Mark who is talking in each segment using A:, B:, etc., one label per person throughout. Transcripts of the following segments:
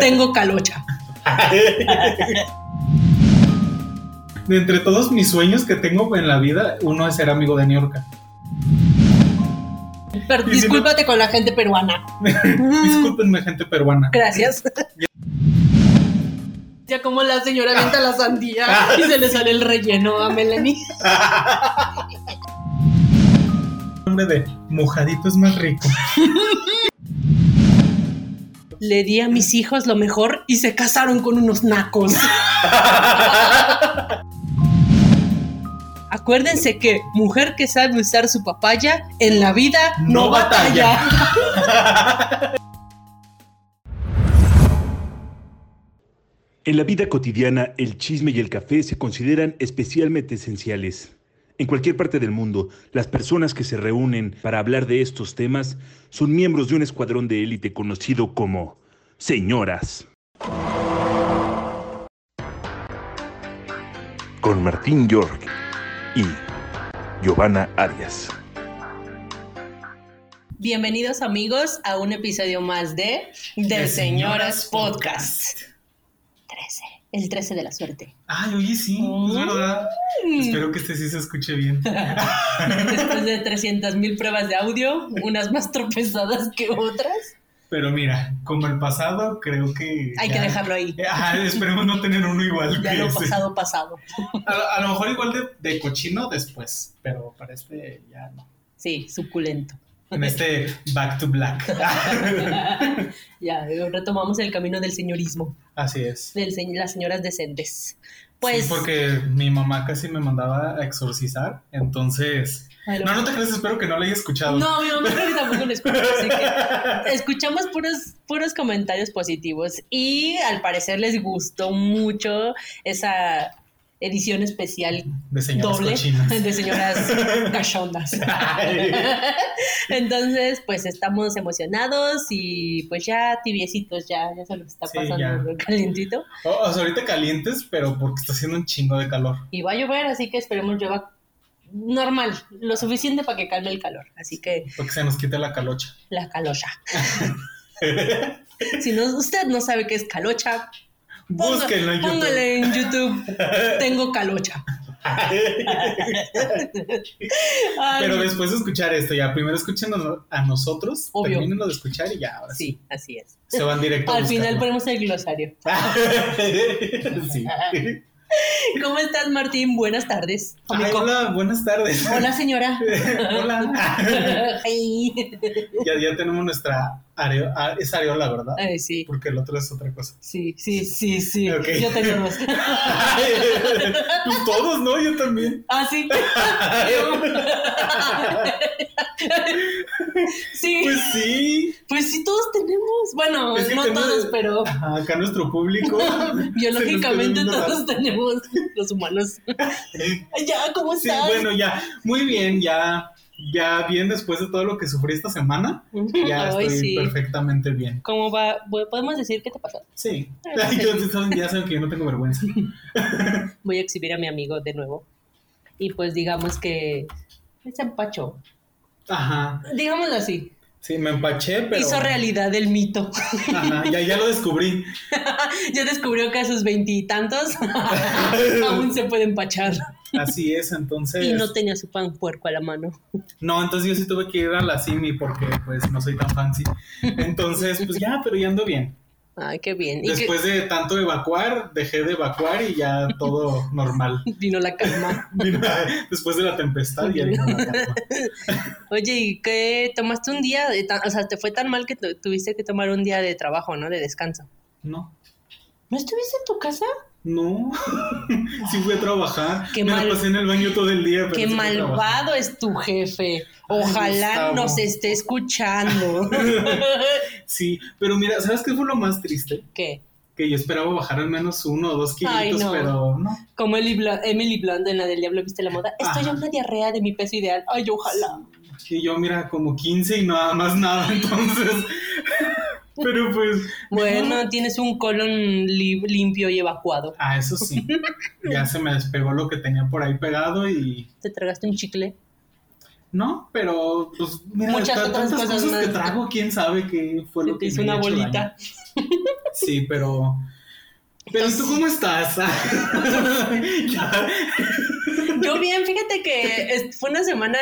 A: Tengo calocha.
B: De entre todos mis sueños que tengo en la vida, uno es ser amigo de Niorca.
A: Pero
B: Y si
A: discúlpate con la gente peruana. Mm.
B: Discúlpenme, gente peruana.
A: Gracias. Ya como la señora avienta la sandía y se le sale el relleno a Melanie.
B: El nombre de mojadito es más rico.
A: Le di a mis hijos lo mejor y se casaron con unos nacos. Acuérdense que mujer que sabe usar su papaya en la vida no,
B: No batalla.
A: batalla.
C: En la vida cotidiana, el chisme y el café se consideran especialmente esenciales. En cualquier parte del mundo, las personas que se reúnen para hablar de estos temas son miembros de un escuadrón de élite conocido como señoras. Con Martín York y Giovanna Arias.
A: Bienvenidos amigos a un episodio más de De
B: De
A: Señoras
B: Señoras
A: Podcast. 13, el 13 de la suerte.
B: Ay, oye, sí, es verdad. Espero que este sí se escuche bien.
A: Después de 300 mil pruebas de audio, unas más tropezadas que otras,
B: Pero mira, como el pasado, creo que.
A: hay que
B: ya-
A: dejarlo ahí.
B: Ajá, esperemos no tener uno igual.
A: Ya
B: que
A: lo
B: ese.
A: pasado, pasado.
B: A, a lo mejor igual de, de cochino después, pero para este ya no.
A: Sí, suculento.
B: En este back to black.
A: Ya, eh, retomamos el camino del señorismo,
B: Así es.
A: de las señoras decentes. Pues,
B: Sí, porque mi mamá casi me mandaba a exorcizar, entonces.
A: a lo-
B: No, no te creas, espero que no la haya escuchado.
A: No, mi mamá creo que tampoco lo escucha, así que escuchamos puros, puros comentarios positivos y al parecer les gustó mucho esa edición especial
B: De señoras
A: doble
B: cochinas.
A: de señoras cachondas.
B: Ay.
A: Entonces, pues estamos emocionados y pues ya tibiecitos, ya, ya se nos está
B: Sí,
A: pasando
B: ya.
A: calientito.
B: O, o sea, ahorita calientes, pero porque está haciendo un chingo de calor.
A: y va a llover, así que esperemos llueva normal, lo suficiente para que calme el calor. Así que
B: Porque se nos quita la calocha.
A: la calocha. si no, usted no sabe qué es calocha, ponga-
B: Búsquenlo en YouTube.
A: póngale en YouTube. Tengo calocha. Ay,
B: Pero después de escuchar esto, ya primero escúchenos a nosotros,
A: Obvio.
B: termínenlo de escuchar y ya, ahora sí.
A: sí, así es.
B: Se van directo a
A: Al final
B: buscarlo.
A: ponemos el glosario.
B: sí.
A: ¿Cómo estás, Martín? Buenas tardes.
B: Ay,
A: amigo.
B: hola, buenas tardes.
A: Hola, señora.
B: Hola.
A: Ay.
B: ya, ya tenemos nuestra areo- ah, es areola, ¿verdad?
A: Ay, Eh, sí,
B: Porque el otro es otra cosa.
A: sí, sí, sí, sí.
B: Ok.
A: Yo tengo dos.
B: pues todos, ¿no? Yo también.
A: Ah, sí. sí,
B: Pues
A: pues,
B: sí.
A: sí, todos tenemos. Bueno,
B: Es que
A: no
B: Pues tenemos-
A: todos, pero
B: Ajá, acá nuestro público.
A: biológicamente
B: Se nos está
A: todos tenemos los humanos.
B: viendo
A: Ay, Ya, ¿cómo
B: Sí,
A: estás?
B: bueno, ya. Muy bien, ya. Ya bien después de todo lo que sufrí esta semana. Ya
A: Ay,
B: estoy
A: sí.
B: perfectamente bien.
A: ¿Cómo va? Bu- ¿Podemos decir qué te pasó?
B: Sí. Yo- ya saben- ya saben que yo no tengo vergüenza.
A: Voy a exhibir a mi amigo de nuevo. Y pues digamos que se empachó.
B: Ajá.
A: Digámoslo así.
B: Sí, me empaché, pero.
A: Hizo realidad el mito.
B: Ajá, ya, ya lo descubrí.
A: ya descubrió que a sus veintitantos aún se puede empachar.
B: Así es, entonces.
A: Y no tenía su pan puerco a la mano.
B: No, entonces yo sí tuve que ir a la Simi porque pues no soy tan fancy. Entonces, pues ya, pero ya ando bien.
A: Ay, qué bien. Y
B: Después de tanto evacuar, dejé de evacuar y ya todo normal.
A: que vino la calma.
B: Vino- Después de la tempestad ya vino la calma.
A: Oye, ¿y qué? ¿Tomaste un día? de tan- o sea, te fue tan mal que tu- tuviste que tomar un día de trabajo, ¿no? De descanso.
B: No,
A: ¿No estuviste en tu casa?
B: no. Sí fui a trabajar.
A: Qué
B: Me
A: mal-
B: la pasé en el baño todo el día. Pero
A: qué
B: sí fui a trabajar.
A: malvado es tu jefe. Ojalá
B: Gustavo.
A: nos esté escuchando.
B: Sí, pero mira, ¿sabes qué fue lo más triste?
A: ¿Qué?
B: Que yo esperaba bajar al menos uno o dos
A: Ay,
B: kilitos,
A: no.
B: pero no.
A: Como Emily Blunt, Emily Blunt en la del Diablo Viste la Moda. Estoy
B: Ajá.
A: en una diarrea de mi peso ideal. Ay, ojalá.
B: Y yo, mira, como 15 y nada más nada, entonces. Pero pues.
A: Bueno, tienes un colon li- limpio y evacuado.
B: Ah, eso sí. Ya se me despegó lo que tenía por ahí pegado y.
A: Te tragaste un chicle.
B: No, pero pues mira,
A: Muchas
B: tra-
A: otras
B: tantas
A: cosas
B: cosas,
A: más.
B: que trago, quién sabe qué fue lo
A: te
B: que
A: hizo
B: me
A: una
B: ha hecho
A: bolita.
B: daño. Sí, pero pero tú cómo estás? Ya.
A: Yo bien, fíjate que es- fue una semana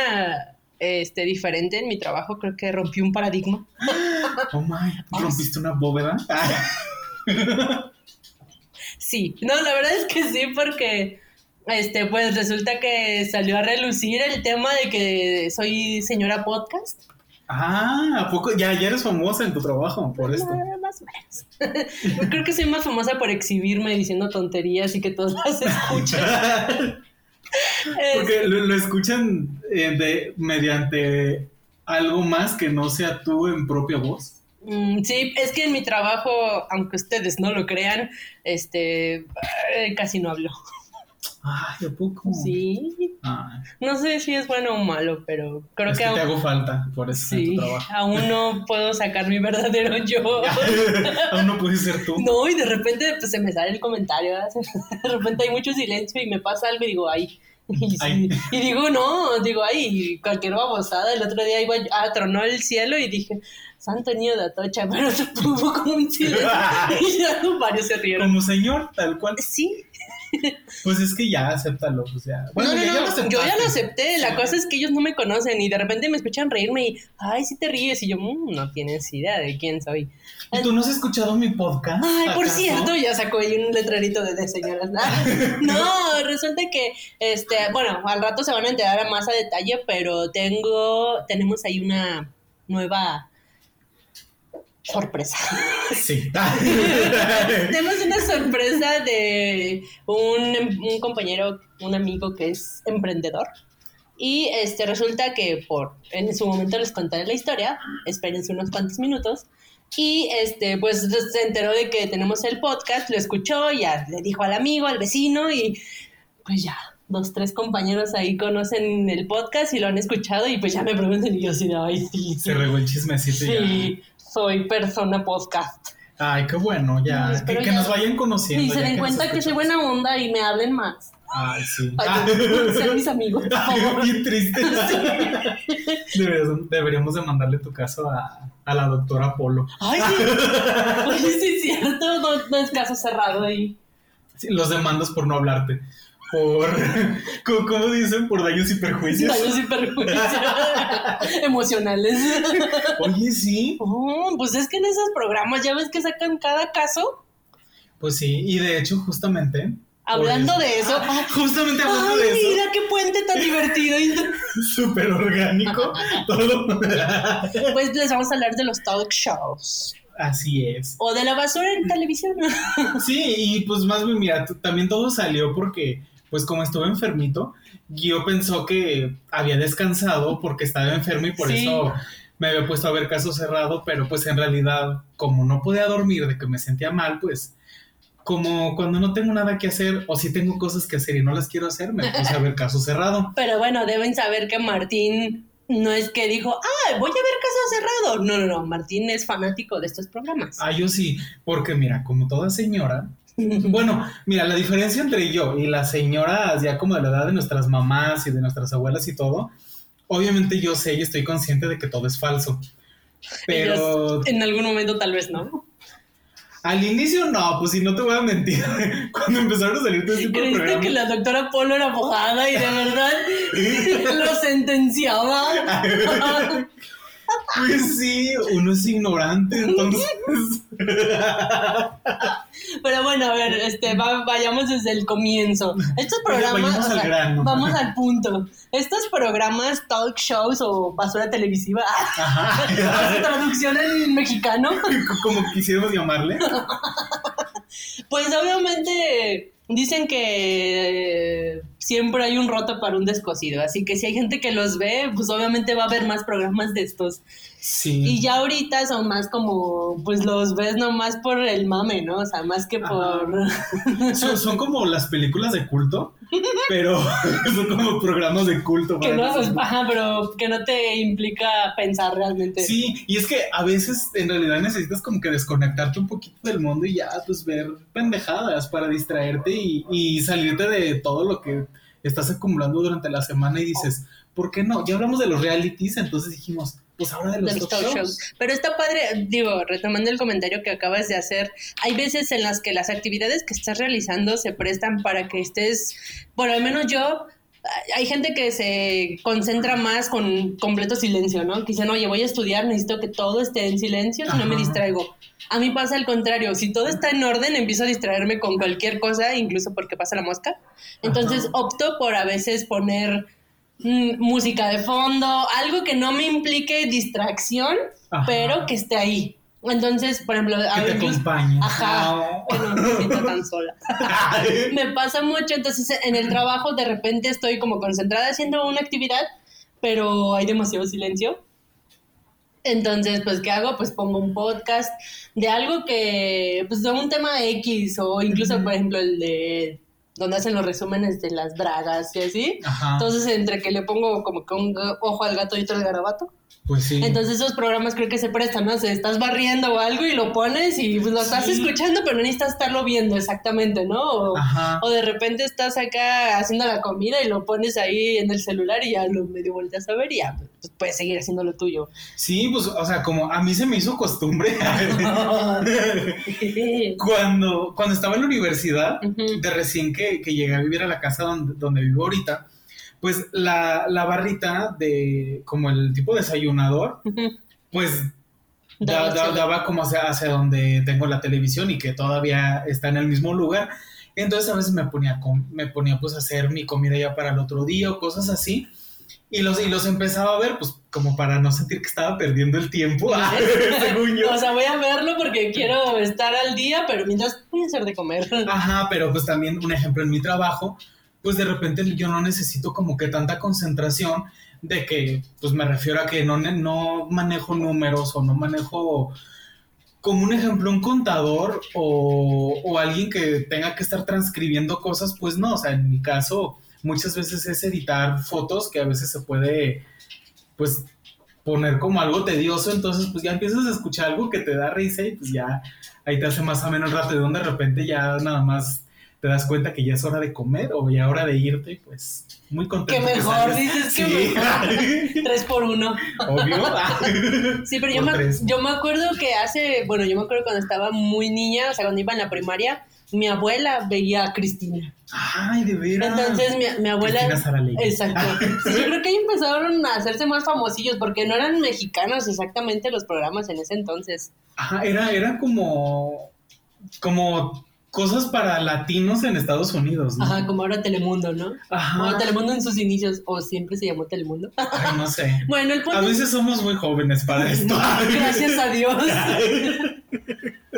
A: este, diferente en mi trabajo, creo que rompí un paradigma.
B: oh my, rompiste una bóveda.
A: Sí, no, la verdad es que sí, porque este, pues resulta que salió a relucir el tema de que soy señora podcast.
B: Ah, ¿a poco? Ya, ya eres famosa en tu trabajo por esto.
A: Ah, más o menos. Yo creo que soy más famosa por exhibirme diciendo tonterías y que todos las escuchen.
B: Porque lo, lo escuchan eh, de, mediante algo más que no sea tú en propia voz.
A: Mm, sí, es que en mi trabajo, aunque ustedes no lo crean, este eh, casi no hablo.
B: Ay, ¿a poco?
A: Sí,
B: Ay,
A: no sé si es bueno o malo, pero creo
B: es
A: que,
B: que te
A: aún,
B: hago falta por eso en
A: sí,
B: tu trabajo.
A: aún no puedo sacar mi verdadero yo.
B: Aún no puedes ser tú.
A: No, y de repente pues, se me sale el comentario, ¿verdad? de repente hay mucho silencio y me pasa algo y digo, ay. Y, sí,
B: Ay.
A: y digo, no, digo, ay, cualquier babosada. El otro día iba, ah, tronó el cielo y dije, santo niño de Atocha, pero se puso como un silencio. y ya varios se rieron.
B: Como señor, tal cual.
A: Sí,
B: Pues es que ya, acéptalo. O sea, bueno,
A: no, no,
B: ya,
A: no,
B: ya lo
A: yo ya lo
B: aceptaste.
A: acepté. La
B: Sí.
A: cosa es que ellos no me conocen y de repente me escuchan reírme y, ay, sí te ríes. Y yo, "Mm, no tienes idea de quién soy.
B: ¿Y tú no has escuchado mi podcast?
A: Ay, por
B: acaso?
A: cierto, ya sacó ahí un letrerito de, de señoras. Ah, No, resulta que, este, bueno, al rato se van a enterar más a detalle, pero tengo, tenemos ahí una nueva sorpresa.
B: Sí.
A: tenemos una sorpresa de un, un compañero, un amigo que es emprendedor. Y este resulta que por en su momento les contaré la historia, espérense unos cuantos minutos. Y este, pues se enteró de que tenemos el podcast, lo escuchó, ya le dijo al amigo, al vecino, y pues ya, dos, tres compañeros ahí conocen el podcast y lo han escuchado, y pues ya me preguntan, y yo así de, ay, sí,
B: Se
A: sí,
B: regó el chismecito ya.
A: sí, soy persona podcast.
B: Ay, qué bueno, ya.
A: No, espero
B: que, que
A: ya.
B: nos vayan conociendo.
A: Y se
B: ya
A: den
B: nos
A: cuenta que soy
B: escuchan.
A: buena onda y me hablen más.
B: Ay, sí.
A: Ay,
B: Ah.
A: que sean mis amigos, por
B: Ay,
A: favor.
B: bien triste. Deberías- deberíamos de mandarle tu caso a, a la doctora Polo.
A: Ay, sí. Oye, sí es cierto, no, no es caso cerrado ahí.
B: Sí, los demandas por no hablarte. Por. ¿Cómo, cómo dicen? Por daños y perjuicios.
A: Daños y perjuicios emocionales.
B: Oye, sí.
A: Oh, pues es que en esos programas ya ves que sacan cada caso
B: Pues sí. Y de hecho, justamente.
A: hablando
B: por
A: de eso.
B: Ah, justamente hablando
A: Ay,
B: de eso.
A: mira qué puente tan divertido.
B: Súper orgánico. todo.
A: Pues les vamos a hablar de los talk shows
B: Así es.
A: o de la basura en televisión.
B: Sí, y pues más bien, mira, t- también todo salió porque, pues como estuve enfermito, yo pensó que había descansado porque estaba enfermo y por
A: Sí.
B: eso me había puesto a ver caso cerrado, pero pues en realidad, como no podía dormir de que me sentía mal, pues como cuando no tengo nada que hacer o si tengo cosas que hacer y no las quiero hacer, me puse a ver caso cerrado.
A: Pero bueno, deben saber que Martín no es que dijo, ah, voy a ver caso cerrado. No, no, no, Martín es fanático de estos programas.
B: Ah, yo sí, porque mira, como toda señora, Bueno, mira, la diferencia entre yo y las señoras, ya como de la edad de nuestras mamás y de nuestras abuelas y todo, obviamente yo sé y estoy consciente de que todo es falso. Pero
A: en algún momento tal vez no.
B: al inicio no, pues si no te voy a mentir, cuando empezaron a salir todo este tipo de
A: Creíste que
B: programas,
A: la doctora Polo era mojada y de verdad lo sentenciaba.
B: pues sí, uno es ignorante, entonces
A: Pero bueno, a ver, este, va- vayamos desde el comienzo. Estos programas,
B: vayamos
A: o
B: al
A: sea,
B: grano.
A: vamos al punto. Estos programas, talk shows o basura televisiva,
B: Ajá.
A: traducción en mexicano.
B: como quisiéramos llamarle.
A: Pues obviamente dicen que eh, siempre hay un roto para un descosido, así que si hay gente que los ve, pues obviamente va a haber más programas de estos. Y
B: Sí.
A: ya ahorita son más como, pues los ves nomás por el mame, ¿no? O sea, más que
B: Ajá.
A: por...
B: Son, son como las películas de culto, pero son como programas de culto.
A: que
B: para
A: no,
B: nosotros.
A: ajá, pero que no te implica pensar realmente.
B: Sí, y es que a veces en realidad necesitas como que desconectarte un poquito del mundo y ya, pues ver pendejadas para distraerte y, y salirte de todo lo que estás acumulando durante la semana y dices, ¿por qué no? Ya hablamos de los realities, entonces dijimos, pues ahora de los,
A: de los
B: talk
A: talk
B: shows.
A: shows. Pero está padre, digo, retomando el comentario que acabas de hacer, hay veces en las que las actividades que estás realizando se prestan para que estés, bueno, al menos yo, hay gente que se concentra más con completo silencio, ¿no? Que dicen, oye, voy a estudiar, necesito que todo esté en silencio, si no me
B: Ajá.
A: distraigo. A mí pasa al contrario, si todo está en orden, empiezo a distraerme con cualquier cosa, incluso porque pasa la mosca. Entonces
B: Ajá.
A: opto por a veces poner mm, música de fondo, algo que no me implique distracción,
B: Ajá.
A: pero que esté ahí. Entonces, por ejemplo, a
B: Que te
A: mí-
B: acompañe.
A: Ajá,
B: Ah.
A: que no me sienta tan sola. me pasa mucho, entonces en el trabajo de repente estoy como concentrada haciendo una actividad, pero hay demasiado silencio. Entonces, pues, ¿qué hago? Pues pongo un podcast de algo que, pues, de un tema X o incluso, por ejemplo, el de donde hacen los resúmenes de las dragas y así.
B: Ajá.
A: Entonces, entre que le pongo como que un ojo al gato y otro al garabato.
B: pues sí.
A: Entonces esos programas creo que se prestan, ¿no? Se estás barriendo o algo y lo pones y pues, lo estás
B: Sí.
A: escuchando, pero no necesitas estarlo viendo exactamente, ¿no? O,
B: Ajá.
A: o de repente estás acá haciendo la comida y lo pones ahí en el celular y ya lo medio volteas a ver y ya pues, puedes seguir haciendo lo tuyo.
B: Sí, pues, o sea, como a mí se me hizo costumbre.
A: Ujú.
B: cuando, cuando estaba en la universidad, de recién que, que llegué a vivir a la casa donde, donde vivo ahorita, pues la, la barrita de como el tipo desayunador,
A: Ujú.
B: pues da-
A: Daba
B: da-
A: hacia-
B: daba como hacia, hacia donde tengo la televisión y que todavía está en el mismo lugar. Entonces a veces me ponía, a com- me ponía pues a hacer mi comida ya para el otro día o cosas así. Y los, y los empezaba a ver, pues como para no sentir que estaba perdiendo el tiempo, según yo.
A: O sea, voy a verlo porque quiero estar al día, pero mientras voy a hacer de comer.
B: Ajá, pero pues también un ejemplo en mi trabajo, pues de repente yo no necesito como que tanta concentración de que, pues me refiero a que no, ne- no manejo números o no manejo, como un ejemplo, un contador o, o alguien que tenga que estar transcribiendo cosas, pues no, o sea, en mi caso muchas veces es editar fotos que a veces se puede, pues poner como algo tedioso, entonces pues ya empiezas a escuchar algo que te da risa y pues ya ahí te hace más o menos rato y donde de repente ya nada más te das cuenta que ya es hora de comer o ya hora de irte, y pues muy
A: Que
B: contento. que
A: mejor,
B: sales.
A: dices que
B: Sí.
A: mejor. Tres por uno.
B: Obvio. ah.
A: Sí, pero yo
B: Por
A: me,
B: tres.
A: yo me acuerdo que hace, bueno, yo me acuerdo cuando estaba muy niña, o sea, cuando iba en la primaria, mi abuela veía a Cristina.
B: Ay, de veras.
A: Entonces mi, mi abuela...
B: Ah. Cristina Saralegui.
A: Exacto. Sí, yo creo que ahí empezaron a hacerse más famosillos porque no eran mexicanos exactamente los programas en ese entonces.
B: Ajá, era, era como, como cosas para latinos en Estados Unidos, ¿no?
A: Ajá, como ahora Telemundo, ¿no?
B: Ajá.
A: O Telemundo en sus inicios, o siempre se llamó Telemundo.
B: Ay, no sé.
A: Bueno, el
B: A
A: punto es...
B: veces somos muy jóvenes para esto.
A: Ah, Gracias a Dios.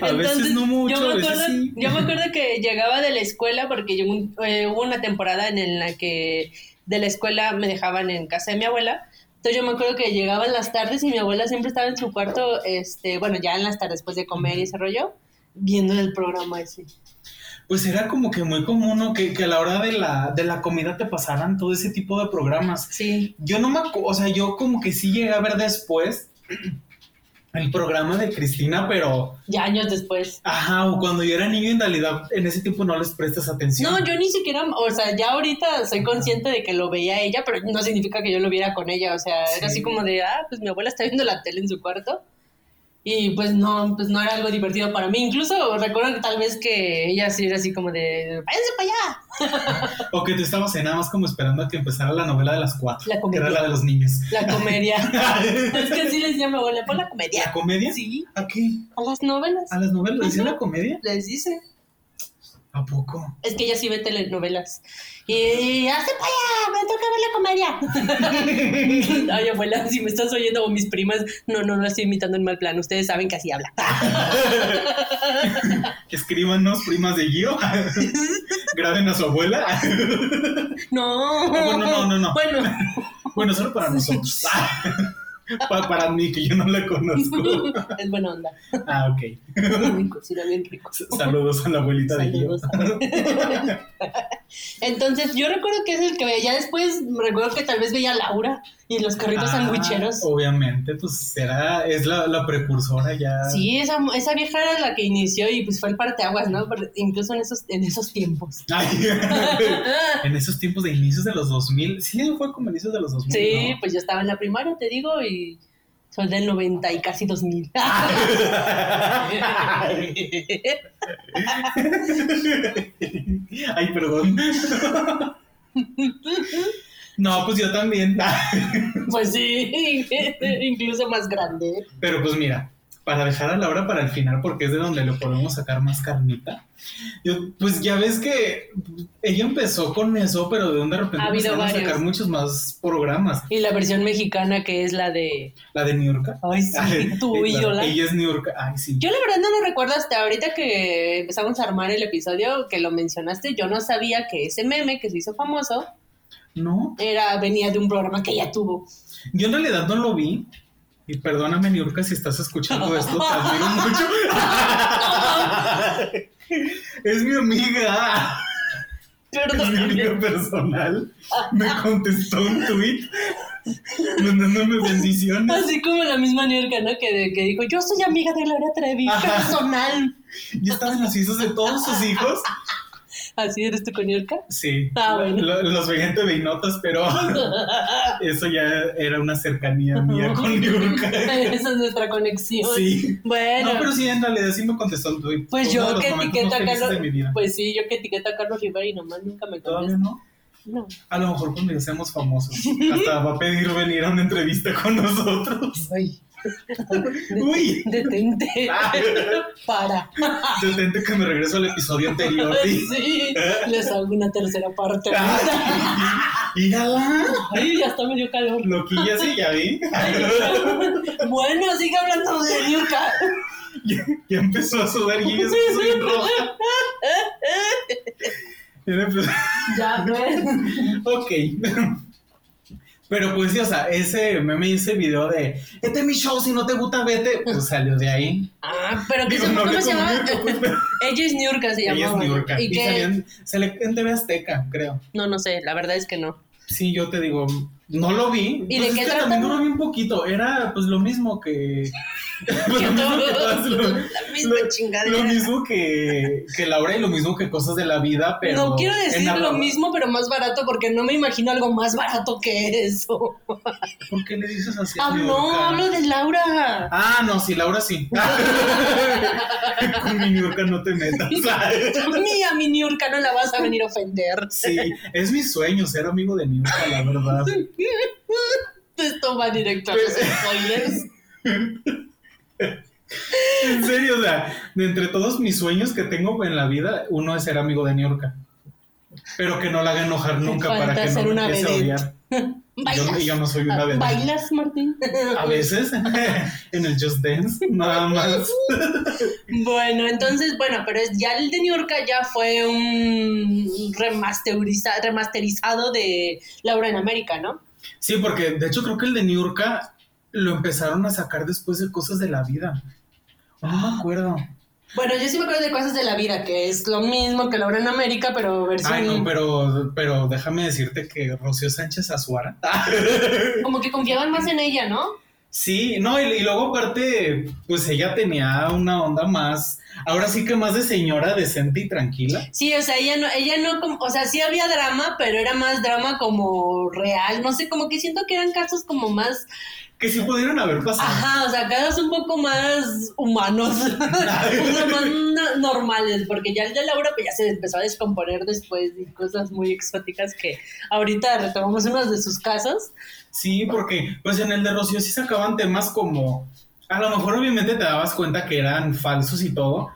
B: A veces no mucho,
A: yo me,
B: a veces
A: acuerdo,
B: sí.
A: yo me acuerdo que llegaba de la escuela porque yo, un- eh, hubo una temporada en la que de la escuela me dejaban en casa de mi abuela. Entonces yo me acuerdo que llegaba en las tardes y mi abuela siempre estaba en su cuarto, este, bueno, ya en las tardes después de comer y ese rollo, viendo el programa ese.
B: Pues era como que muy común ¿no? que, que a la hora de la, de la comida te pasaran todo ese tipo de programas.
A: Sí.
B: Yo no me acuerdo, o sea, yo como que sí llegué a ver después el programa de Cristina, pero,
A: Ya años después.
B: ajá, o cuando yo era niño en realidad en ese tiempo no les prestas atención.
A: No, yo ni siquiera, o sea, ya ahorita soy consciente de que lo veía ella, pero no significa que yo lo viera con ella, o sea,
B: Sí.
A: era así como de, ah, pues mi abuela está viendo la tele en su cuarto. Y pues no, pues no era algo divertido para mí. Incluso recuerdo que tal vez que ella sí era así como de, váyanse para allá.
B: O que tú estabas ahí nada más como esperando a que empezara la novela de las cuatro,
A: La
B: que
A: comedia.
B: era la de los niños.
A: La comedia. es que así le decía a mi abuela, pon la comedia.
B: ¿La comedia?
A: Sí,
B: ¿A qué?
A: a las novelas.
B: ¿A las novelas? ¿Decía la comedia?
A: Les dice.
B: ¿A poco?
A: Es que ella sí ve telenovelas. Y hace para allá, me toca ver la comedia. Ay, abuela, si me estás oyendo o mis primas, no, no, no estoy imitando en mal plan. Ustedes saben que así habla.
B: Escríbanos, primas de Gio. Graben a su abuela.
A: No.
B: bueno, no, no, no.
A: Bueno,
B: bueno, solo para nosotros. Pa- para mí, que yo no la conozco.
A: es buena onda.
B: Ah, ok.
A: Bien cocida, bien rico.
B: S- Saludos a la abuelita de Gio.
A: Saludos. Entonces, yo recuerdo que es el que veía. Ya después me recuerdo que tal vez veía a Laura y los carritos
B: Ah,
A: sandwicheros.
B: Obviamente, pues era, es la, la precursora ya.
A: Sí, esa, esa vieja era la que inició y pues fue el parteaguas, ¿no? Por- incluso en esos, en esos tiempos.
B: Ay, en esos tiempos de inicios de los 2000. Sí, fue como inicios de los 2000.
A: Sí,
B: ¿no?
A: pues yo estaba en la primaria, te digo, y soy del 90 y casi 2000.
B: Ay, perdón. No, pues yo también.
A: pues sí, incluso más grande.
B: Pero pues mira, para dejar a Laura para el final, porque es de donde le podemos sacar más carnita. Yo, pues ya ves que ella empezó con eso, pero de donde de repente
A: Ha habido
B: empezaron a
A: varios.
B: sacar muchos más programas.
A: Y la versión mexicana que es la de,
B: La de Niurka.
A: ay sí, tú y yo la...
B: Ella es Niurka. Ay, sí.
A: Yo la verdad no lo recuerdo hasta ahorita que empezamos a armar el episodio que lo mencionaste. Yo no sabía que ese meme que se hizo famoso
B: No,
A: era venía de un programa que ella tuvo.
B: yo en realidad no lo vi. Y perdóname, Niurka, si estás escuchando esto, te admiro mucho. es mi amiga. Es mi
A: Perdón.
B: amiga personal me contestó un tweet mandándome bendiciones.
A: Así como la misma New York, ¿no? Que, de- que dijo, yo soy amiga de Gloria Trevi,
B: Ajá.
A: personal.
B: Y estaba en las fiestas de todos sus hijos.
A: Así eres tú con New York.
B: Sí,
A: Ah, bueno.
B: lo- los veía en notas, pero eso ya era una cercanía mía con Niurka.
A: Esa es nuestra conexión.
B: Sí.
A: Bueno.
B: No, pero sí, en realidad sí me contestó un tweet.
A: Pues
B: Fue
A: yo
B: uno de los
A: que
B: momentos
A: etiqueta a
B: más felices
A: Carlos-
B: de mi vida.
A: Pues sí, yo que etiqueto a Carlos Rivera y nomás nunca me
B: Todavía
A: contesta.
B: no.
A: No.
B: A lo mejor cuando ya seamos famosos. Hasta va a pedir venir a una entrevista con nosotros.
A: Ay.
B: Uy.
A: Detente.
B: Ah.
A: Para.
B: Detente que me regreso al episodio anterior. y-
A: Sí, les hago una tercera parte.
B: Ah. Mírala.
A: Ay, ya está medio calor.
B: Loquilla sí, ya vi.
A: Bueno, sigue hablando de Niurka.
B: ya, ya empezó a sudar y ya se puso bien roja. Ya le empezó-
A: Ya ves.
B: ok. Pero pues sí, o sea, ese meme y ese video de este es mi show, si no te gusta, vete, pues salió de ahí.
A: Ah, pero que
B: Digo,
A: se-
B: no
A: ¿cómo
B: hablé
A: se
B: con
A: llama?
B: Niurka, pues, pero
A: Ella es Niurka, se
B: Ella es
A: llamaba.
B: Niurka.
A: ¿Y
B: Y,
A: qué?
B: salían- sale en TV Azteca, creo.
A: No, no sé, la verdad es que no.
B: Sí, yo te digo, no lo vi.
A: ¿Y
B: Pues
A: de qué
B: es que también
A: trataba?
B: duró bien poquito. Era pues lo mismo que. pues,
A: Que
B: lo mismo que
A: todo-
B: todas, lo-
A: la misma
B: lo-
A: chingadera.
B: Lo mismo que, que Laura y lo mismo que cosas de la vida, pero.
A: no quiero decir
B: en la-
A: lo mismo, pero más barato, porque no me imagino algo más barato que eso.
B: ¿Por qué le dices así? a
A: Ah, no,
B: Niurka?
A: hablo de Laura.
B: Ah, no, sí, Laura sí. Con mi Niurka no te metas.
A: Ni a mi Niurka no la vas a venir a ofender.
B: Sí, es mi sueño ser amigo de Niurka, la verdad.
A: Esto va directo a los
B: Pues,
A: spoilers.
B: En serio, o sea, de entre todos mis sueños que tengo en la vida, uno es ser amigo de Niurka. Pero que no la haga enojar nunca
A: falta
B: para que
A: ser
B: no me
A: una
B: empiece a
A: vedette.
B: odiar. Y Yo,
A: ¿Bailas?
B: y yo no soy una
A: Ah,
B: vedette.
A: ¿Bailas, Martín?
B: A veces, en el Just Dance, nada más.
A: Bueno, entonces, bueno, pero es- ya el de New York ya fue un remasteriza- remasterizado de Laura en América, ¿no?
B: Sí, porque de hecho creo que el de Niurka lo empezaron a sacar después de cosas de la vida. No me acuerdo.
A: Bueno, yo sí me acuerdo de Cosas de la Vida, que es lo mismo que Laura en América, pero versión...
B: Ay, no, pero, pero déjame decirte que Rocío Sánchez Azuara. Ah,
A: Como que confiaban más en ella, ¿no?
B: Sí, no, y, y luego aparte, pues ella tenía una onda más, ahora sí que más de señora decente y tranquila.
A: Sí, o sea, ella no, ella no, como- o sea, sí había drama, pero era más drama como real, no sé, como que siento que eran casos como más,
B: Que sí pudieron haber pasado.
A: ajá, o sea, casos un poco más humanos, o sea, más no- normales, porque ya el de Laura pues ya se empezó a descomponer después de cosas muy exóticas que ahorita retomamos unos de sus casos.
B: Sí, porque pues en el de Rocío sí sacaban temas como, a lo mejor obviamente te dabas cuenta que eran falsos y todo,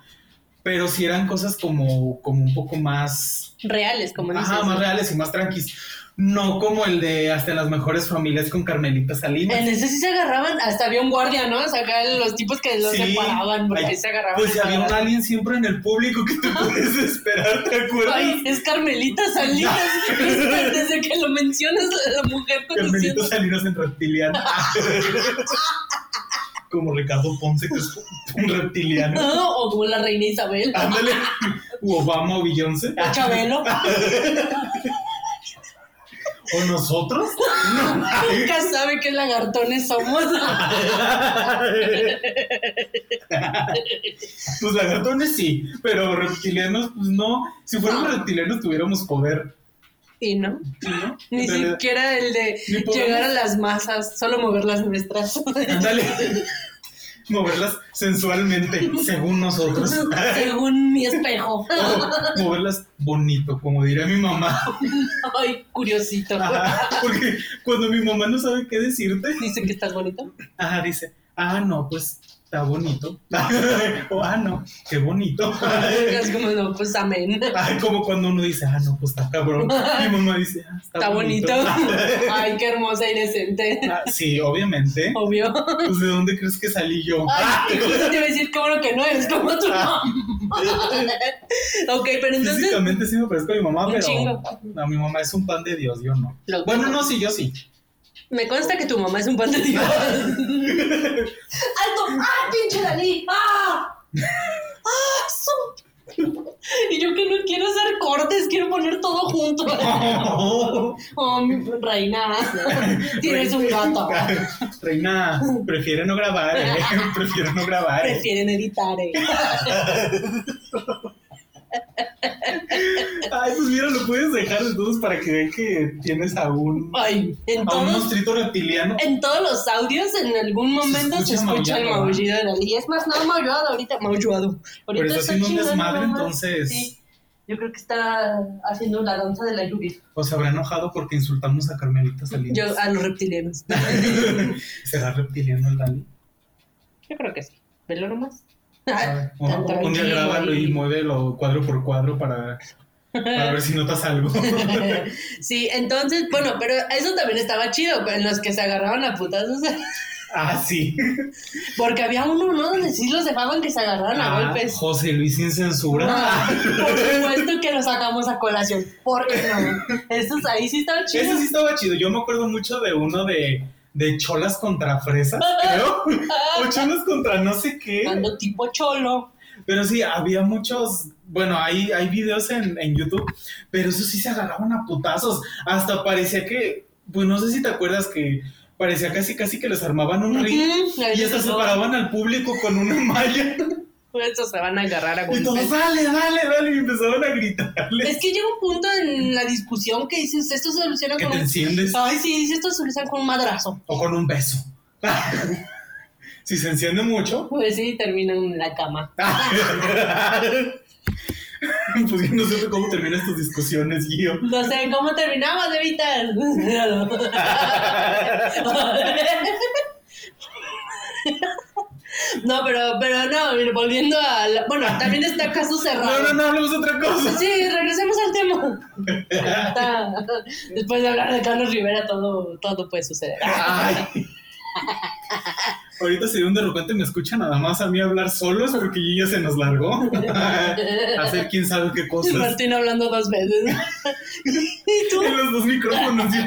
B: pero sí eran cosas como, como un poco más,
A: Reales, como dices.
B: ajá, más reales y más tranquis. No como el de hasta en las mejores familias con Carmelita Salinas.
A: En ese sí se agarraban, hasta había un guardia, ¿no? O sea, acá los tipos que los
B: Sí,
A: separaban, porque
B: ay,
A: se agarraban.
B: Pues si había un
A: separados.
B: alien siempre en el público que te puedes esperar, ¿te acuerdas?
A: Ay, es Carmelita Salinas. Desde que lo mencionas, la mujer
B: Carmelita
A: conociendo.
B: Salinas en reptiliano. Como Ricardo Ponce, que es un reptiliano.
A: No, o como la reina Isabel.
B: Ándale. O Obama o Beyoncé.
A: O Chabelo.
B: O nosotros. No.
A: Nunca sabe qué lagartones somos.
B: Pues lagartones sí, pero reptilianos, pues no. Si fuéramos reptilianos tuviéramos poder,
A: Y no,
B: ¿no?
A: ni
B: Ándale.
A: siquiera el de
B: Ni podemos.
A: llegar a las masas, solo mover las nuestras.
B: Ándale. Moverlas sensualmente, según nosotros.
A: Según mi espejo.
B: O moverlas bonito, como diría mi mamá.
A: Ay, curiosito.
B: Ajá, porque cuando mi mamá no sabe qué decirte,
A: Dicen que estás bonito.
B: Ajá, dice, ah, no, pues está bonito. o, ah, no, qué bonito.
A: Es como, no, pues amén.
B: Ay, como cuando uno dice, ah, no, pues está cabrón. Mi mamá dice, ah, está,
A: Está bonito. Ay, qué hermosa y decente.
B: Ah, sí, obviamente.
A: Obvio.
B: Pues, ¿de dónde crees que salí yo?
A: Ay, justo te iba a decir que bueno que no eres como tu mamá. Ok, pero entonces.
B: Físicamente Ah. sí me parezco a mi mamá,
A: Un
B: pero
A: chingo.
B: no, mi mamá es un pan de Dios, yo no.
A: Lo-
B: Bueno, no, sí, yo sí.
A: Me consta que tu mamá es un pan de Dios. ¡Alto! ¡Ah, pinche Dalí! ¡Ah! ¡Ah! su- Y yo que no quiero hacer cortes, quiero poner todo junto. Oh, mi reina, tienes un gato.
B: Reina, prefiere no grabar, ¿eh? Prefiere no grabar. ¿eh?
A: Prefieren editar, eh.
B: Ay, pues mira, lo puedes dejar entonces para que vean que tienes a un,
A: Ay, en
B: a un
A: todos,
B: monstruito reptiliano.
A: en todos los audios, en algún momento se
B: escucha
A: escucha el
B: maullado, ¿eh?
A: maullido de Dalí. Es más, no maullado ahorita, maullado.
B: Pero
A: Ahorita
B: está haciendo un
A: chingando
B: desmadre,
A: nomás.
B: entonces.
A: Sí, yo creo que está haciendo la danza de la lluvia.
B: O se habrá enojado porque insultamos a Carmelita Salinas.
A: Yo, ah, a los reptilianos.
B: ¿Será reptiliano el Dani?
A: Yo creo que sí. Velo nomás.
B: ¿Sabe? O-
A: Ah, Tan
B: Un día
A: tranquilo
B: grábalo y
A: y-
B: muévelo cuadro por cuadro para, para ver si notas algo.
A: Sí, entonces, bueno, pero eso también estaba chido, en los que se agarraban a putazos.
B: ah, sí.
A: Porque había uno, ¿no? Donde sí los dejaban que se agarraran a
B: Ah,
A: golpes.
B: José Luis sin censura.
A: Ah, por supuesto que lo sacamos a colación. Porque no. Estos ahí sí estaban
B: Ese
A: chidos.
B: sí estaba chido. Yo me acuerdo mucho de uno de, de cholas contra fresas, creo. o cholas contra no sé qué.
A: Dando tipo cholo.
B: Pero sí, había muchos, bueno, hay, hay videos en, en YouTube, pero eso sí se agarraban a putazos. Hasta parecía que, pues no sé si te acuerdas que parecía casi casi que les armaban un ring
A: Ujú, ahí
B: y hasta
A: los
B: separaban al público con una malla.
A: dos. Pues Estos se van a agarrar a
B: Y todos,
A: golpes.
B: dale, dale, dale, y empezaban a gritarle.
A: Es que llega un punto en la discusión que dices, esto se soluciona
B: Que
A: con
B: te
A: un...
B: enciendes
A: Ay, sí, dices, esto se soluciona con un madrazo.
B: o con un beso. si se enciende mucho,
A: Pues sí, terminan en la cama.
B: pues yo no sé cómo terminan estas discusiones, Gio.
A: No sé cómo terminamos, Evitas. No, pero, pero no, mira, volviendo a... la- Bueno, también está caso
B: No,
A: cerrado.
B: no, no, hablemos de otra cosa.
A: Sí, regresemos al tema. Ahorita, Después de hablar de Carlos Rivera, todo, todo puede suceder.
B: Ay. Ahorita se dio un de repente me escucha nada más a mí hablar solos porque Gio ya se nos largó. A hacer quién sabe qué cosas.
A: Martín hablando dos veces. ¿Y tú?
B: En los dos micrófonos, Gio.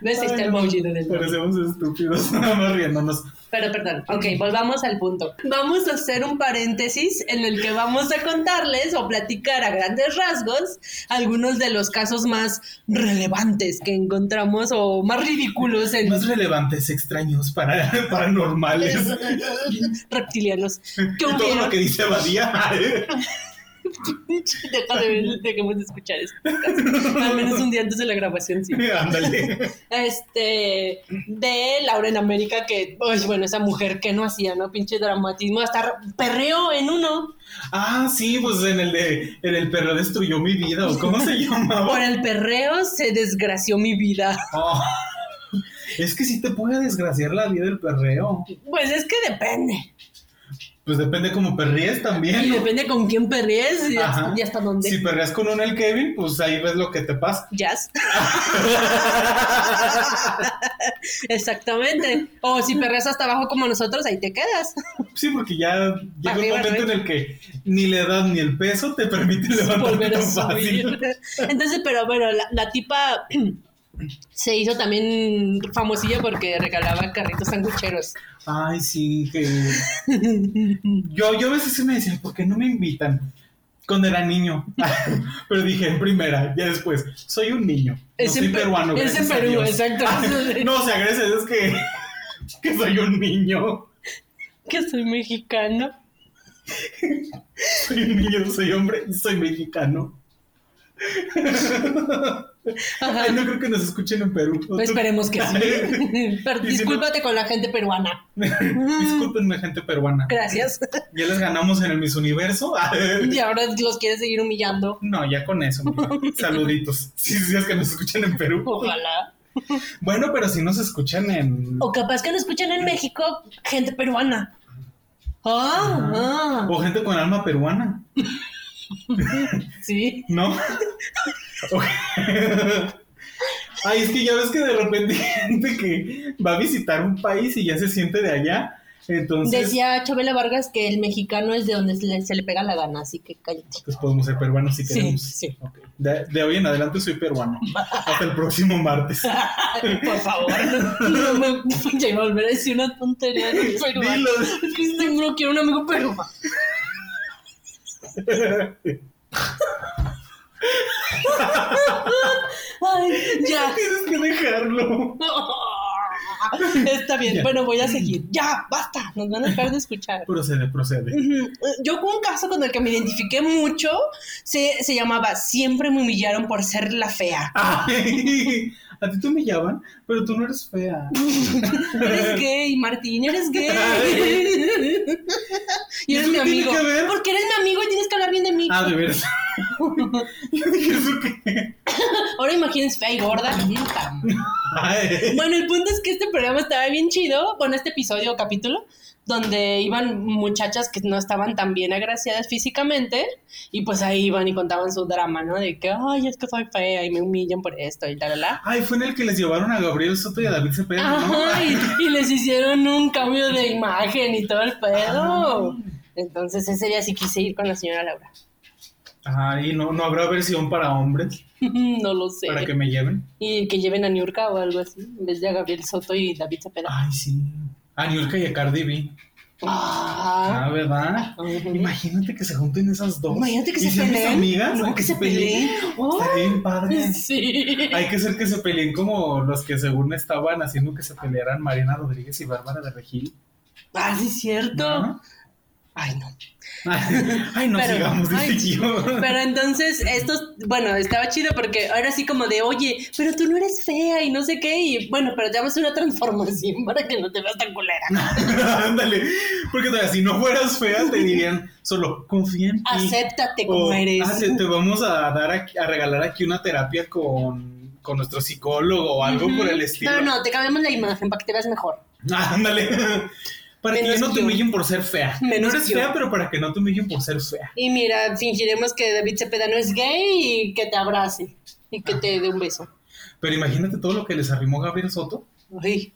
A: ¿Ves? este Ahí está el
B: Ay, no.
A: maullido del
B: Parecemos estúpidos, nada más riéndonos.
A: Pero perdón, ok, volvamos al punto. Vamos a hacer un paréntesis en el que vamos a contarles o platicar a grandes rasgos algunos de los casos más relevantes que encontramos o más ridículos en
B: Más relevantes, extraños, para, paranormales.
A: reptilianos.
B: Y
A: ¿Qué
B: todo lo
A: hubieron?
B: que dice Abadía.
A: Deja de ver- dejemos de escuchar esto. Al menos un día antes de la grabación, sí.
B: Ándale.
A: Este, de Laura en América, que, pues, bueno, esa mujer que no hacía, ¿no? Pinche dramatismo, hasta perreo en uno.
B: Ah, sí, pues en el de en el perro destruyó mi vida, o cómo se
A: Por
B: llamaba.
A: el perreo se desgració mi vida.
B: Oh. Es que sí te puede desgraciar la vida el perreo.
A: Pues es que depende.
B: Pues depende cómo perríes también.
A: Y
B: ¿no?
A: depende con quién perries y
B: Ajá.
A: hasta, y hasta dónde.
B: Si perreas con un el Kevin, pues ahí ves lo que te pasa.
A: Jazz. Exactamente. O si perreas hasta abajo como nosotros, ahí te quedas.
B: Sí, porque ya llega un
A: Arriba,
B: momento en
A: arriba.
B: el que ni la edad ni el peso te permite levantarte
A: volver a
B: tan
A: subir.
B: fácil.
A: Entonces, pero bueno, la, la tipa se hizo también famosilla porque regalaba carritos sangucheros.
B: Ay, sí, que. Yo, yo a veces sí me decían, ¿por qué no me invitan? Cuando era niño. Pero dije, en primera, ya después, soy un niño. No soy
A: en Pe-
B: peruano.
A: Es en
B: gracias a
A: Perú,
B: Dios.
A: exacto.
B: No, o sea, gracias, es que, que soy un niño.
A: Que soy mexicano.
B: Soy un niño, soy hombre y soy mexicano.
A: Ajá.
B: Ay, no creo que nos escuchen en Perú.
A: Pues Esperemos que sí. Pero
B: Y si no-
A: discúlpate con la gente peruana. Mm,
B: Discúlpenme, gente peruana.
A: Gracias.
B: Ya les ganamos en el Miss Universo.
A: Y ahora los quieres seguir humillando.
B: No, ya con eso. mija. Saluditos. Si sí, es que nos escuchan en Perú.
A: Ojalá.
B: Bueno, pero si nos escuchan en.
A: O capaz que no escuchan en México gente peruana. Ah,
B: O gente con alma peruana,
A: ah, sí.
B: ¿no? O- Ay, es que ya ves que de repente hay gente que va a visitar un país y ya se siente de allá. Entonces,
A: Decía Chabela Vargas que el mexicano es de donde se le, se le pega la gana, así que cállate.
B: pues podemos ser peruanos si
A: Sí,
B: queremos.
A: sí.
B: Ok. De, de hoy en adelante soy peruano. Hasta el próximo martes.
A: Ah, Por favor. No me ya iba a volver a decir una tontería de un peruano.
B: Dilo.
A: Es que seguro quiero un amigo peruano. Ay, ya.
B: Tienes que dejarlo.
A: Está bien,
B: Ya.
A: bueno, voy a seguir. Ya, basta, nos van a dejar de escuchar.
B: Procede, procede.
A: Ujú. Yo con un caso con el que me identifiqué mucho, se, se llamaba Siempre me humillaron por ser la fea.
B: Ay, a ti te humillaban, pero tú no eres fea.
A: Eres gay, Martín, eres gay.
B: Ay.
A: y eres
B: ¿Y eso
A: mi
B: qué tiene
A: amigo.
B: que ver?
A: Porque eres mi amigo y tienes que hablar bien de mí.
B: Ah, de veras. Yo dije, ¿eso qué?
A: Ahora imagínense fea y gorda. Puta madre.
B: Ay.
A: Bueno, el punto es que este programa estaba bien chido, bueno, este episodio o capítulo, donde iban muchachas que no estaban tan bien agraciadas físicamente, y pues ahí iban y contaban su drama, ¿no? De que, ay, es que soy fea y me humillan por esto y tal, tal.
B: Ay, fue en el que les llevaron a Gabriel Soto y a David Cepeda, ¿no?
A: Ajá, y, y les hicieron un cambio de imagen y todo el pedo.
B: Ah.
A: Entonces ese día sí quise ir con la señora Laura.
B: Ay, no, no habrá versión para hombres
A: no lo sé.
B: para que me lleven.
A: Y que lleven a Niurka o algo así, en vez de a Gabriel Soto y David Cepeda.
B: Ay, sí. A Niurka y a Cardi B.
A: Ah.
B: Ah, ¿verdad?
A: Ujú.
B: Imagínate que se junten esas dos.
A: Imagínate que
B: ¿Y
A: se
B: sean mis
A: peleen.
B: amigas.
A: No,
B: Ay,
A: que se peleen.
B: Está bien
A: Ay,
B: padre.
A: Sí.
B: Hay que ser que se peleen como los que según estaban haciendo que se pelearan Mariana Rodríguez y Bárbara de Regil.
A: Ah, sí, es cierto.
B: ¿no?
A: Ay, no.
B: Ay, no
A: Pero-
B: sigamos, este dice
A: ay,
B: yo.
A: Pero entonces, esto, bueno, estaba chido porque ahora sí como de, oye, pero tú no eres fea y no sé qué. Y bueno, pero te vamos a hacer una transformación para que no te veas tan culera.
B: Ándale. Porque todavía, si no fueras fea, te dirían solo confía en ti.
A: Acéptate
B: O,
A: como eres.
B: "Ah, te, te vamos a dar aquí- a regalar aquí una terapia con, con nuestro psicólogo o algo
A: Ujú.
B: por el estilo.
A: No, no, te cambiamos la imagen para que te veas mejor.
B: Ah, Ándale. Para que
A: Menos
B: no te
A: yo.
B: humillen por ser fea.
A: Menos
B: no eres
A: yo.
B: fea, pero para que no te humillen por ser fea.
A: Y mira, fingiremos que David Cepeda no es gay y que te abrace y que te dé un beso.
B: Pero imagínate todo lo que les arrimó Gabriel Soto.
A: Ay.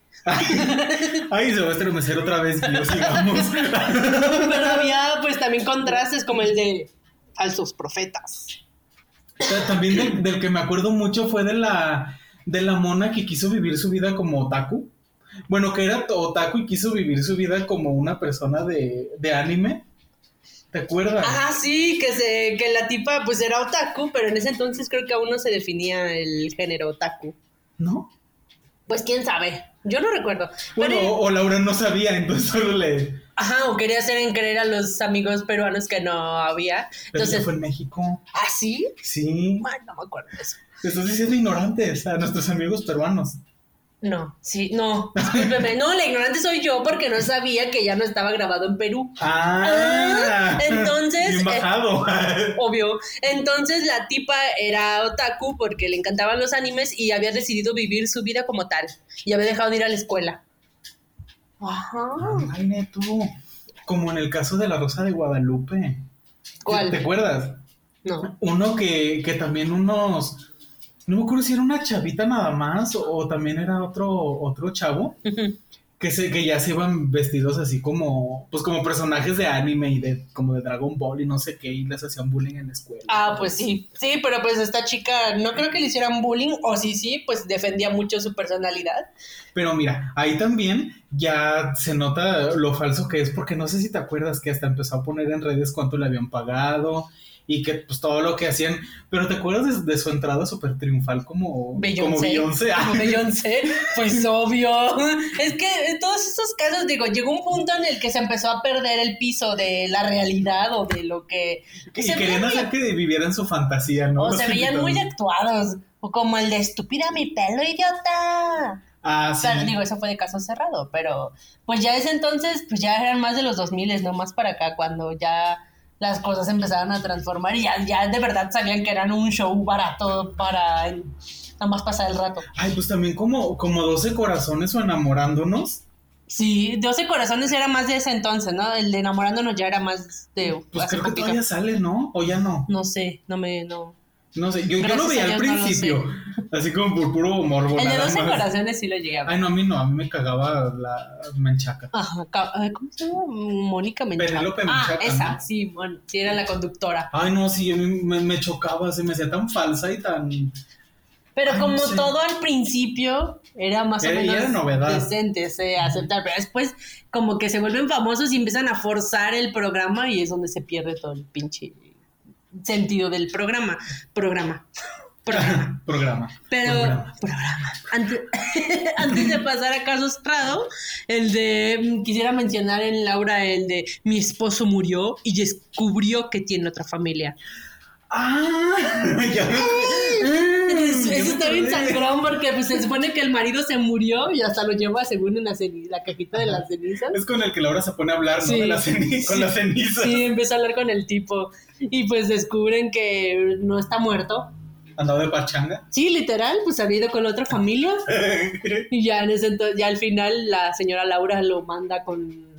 B: Ay, se va a estremecer otra vez, Dios, sigamos.
A: Pero había pues también contrastes como el de falsos profetas.
B: Ta- También del, del que me acuerdo mucho fue de la, de la mona que quiso vivir su vida como otaku. Bueno, que era to- otaku y quiso vivir su vida como una persona de, de anime. ¿Te acuerdas?
A: Ah, sí, que se, que la tipa pues era otaku, pero en ese entonces creo que aún no se definía el género otaku.
B: ¿No?
A: Pues quién sabe, yo no recuerdo.
B: Bueno,
A: Pero-
B: o, o Laura no sabía, entonces solo le...
A: ajá, o quería hacer en creer a los amigos peruanos que no había.
B: Pero ya
A: Entonces,
B: fue en México.
A: ¿ah, sí?
B: Sí.
A: Ay, no me acuerdo de eso.
B: Te estás diciendo ignorantes a nuestros amigos peruanos.
A: No, sí, no, discúlpeme. No, la ignorante soy yo porque no sabía que ya no estaba grabado en Perú.
B: Ah,
A: Ah, entonces,
B: Bien
A: eh,
B: bajado.
A: Obvio. Entonces la tipa era otaku porque le encantaban los animes y había decidido vivir su vida como tal. Y había dejado de ir a la escuela. Ajá.
B: Ay, neto. como en el caso de la Rosa de Guadalupe.
A: ¿Cuál?
B: ¿Te acuerdas?
A: No.
B: Uno que, que también unos. No me acuerdo si era una chavita nada más o, o también era otro, otro chavo que, se, que ya se iban vestidos así como, pues como personajes de anime y de como de Dragon Ball y no sé qué y les hacían bullying en la escuela.
A: Ah, pues sí. Sí, pero pues esta chica, no creo que le hicieran bullying, o sí, sí, pues defendía mucho su personalidad.
B: Pero mira, ahí también ya se nota lo falso que es, porque no sé si te acuerdas que hasta empezó a poner en redes cuánto le habían pagado y que pues todo lo que hacían. Pero ¿te acuerdas de, de su entrada súper triunfal como Como
A: Beyoncé.
B: Beyoncé? Ah,
A: Como Beyoncé, pues obvio. Es que en todos estos casos, digo, llegó un punto en el que se empezó a perder el piso de la realidad o de lo que. que
B: y
A: se
B: querían
A: veía-
B: hacer que vivieran su fantasía, ¿no?
A: o
B: Los
A: se veían muy
B: invitados.
A: actuados. O como el de estúpida mi pelo, idiota.
B: Ah,
A: O
B: sí.
A: sea, digo, eso fue de caso cerrado, pero pues ya ese entonces, pues ya eran más de los 2000, no más para acá, cuando ya las cosas empezaron a transformar y ya, ya de verdad sabían que eran un show barato para el- nada más pasar el rato.
B: Ay, pues también como, como 12 corazones o enamorándonos.
A: Sí, 12 corazones era más de ese entonces, ¿no? El de enamorándonos ya era más de
B: Pues
A: hace
B: creo que
A: poquito.
B: todavía sale, ¿no? O ya no.
A: No sé, no me no.
B: No sé, yo, yo
A: Gracias
B: lo
A: a
B: veía al
A: Dios no lo
B: principio. Así como por puro morbo.
A: El de
B: nada
A: 12
B: más.
A: corazones sí lo llegué a ver.
B: Ay, no, a mí no, a mí me cagaba la manchaca.
A: Ajá, ca- ay, ¿cómo se llama? Mónica Menchaca.
B: Penélope
A: Ah,
B: Menchaca,
A: esa,
B: ¿no?
A: sí, mon- sí era la conductora.
B: Ay, no, sí, a mí me, me chocaba, se me hacía tan falsa y tan...
A: Pero
B: Ay, no
A: como
B: sé.
A: todo al principio era más o
B: Era- y
A: menos
B: era novedad.
A: decente se aceptar, pero después como que se vuelven famosos y empiezan a forzar el programa y es donde se pierde todo el pinche sentido del programa, programa, programa.
B: Programa.
A: Pero
B: Programa.
A: programa. Ante- Antes, de pasar a Carlos Prado, el de mm, quisiera mencionar en Laura el de mi esposo murió y descubrió que tiene otra familia.
B: Ah, ya me... Mm,
A: Es-
B: ya me
A: Eso está bien
B: acordé.
A: sangrón porque pues, se supone que el marido se murió y hasta lo lleva según en la, ceni- la cajita de las cenizas.
B: Es con el que Laura se pone a hablar, ¿no?
A: Sí,
B: De la ceni- Con
A: sí,
B: la ceniza.
A: Sí, empieza a hablar con el tipo y pues descubren que no está muerto.
B: Andaba de pachanga.
A: Sí, literal, pues había ido con la otra familia y ya en ese entonces, ya al final la señora Laura lo manda con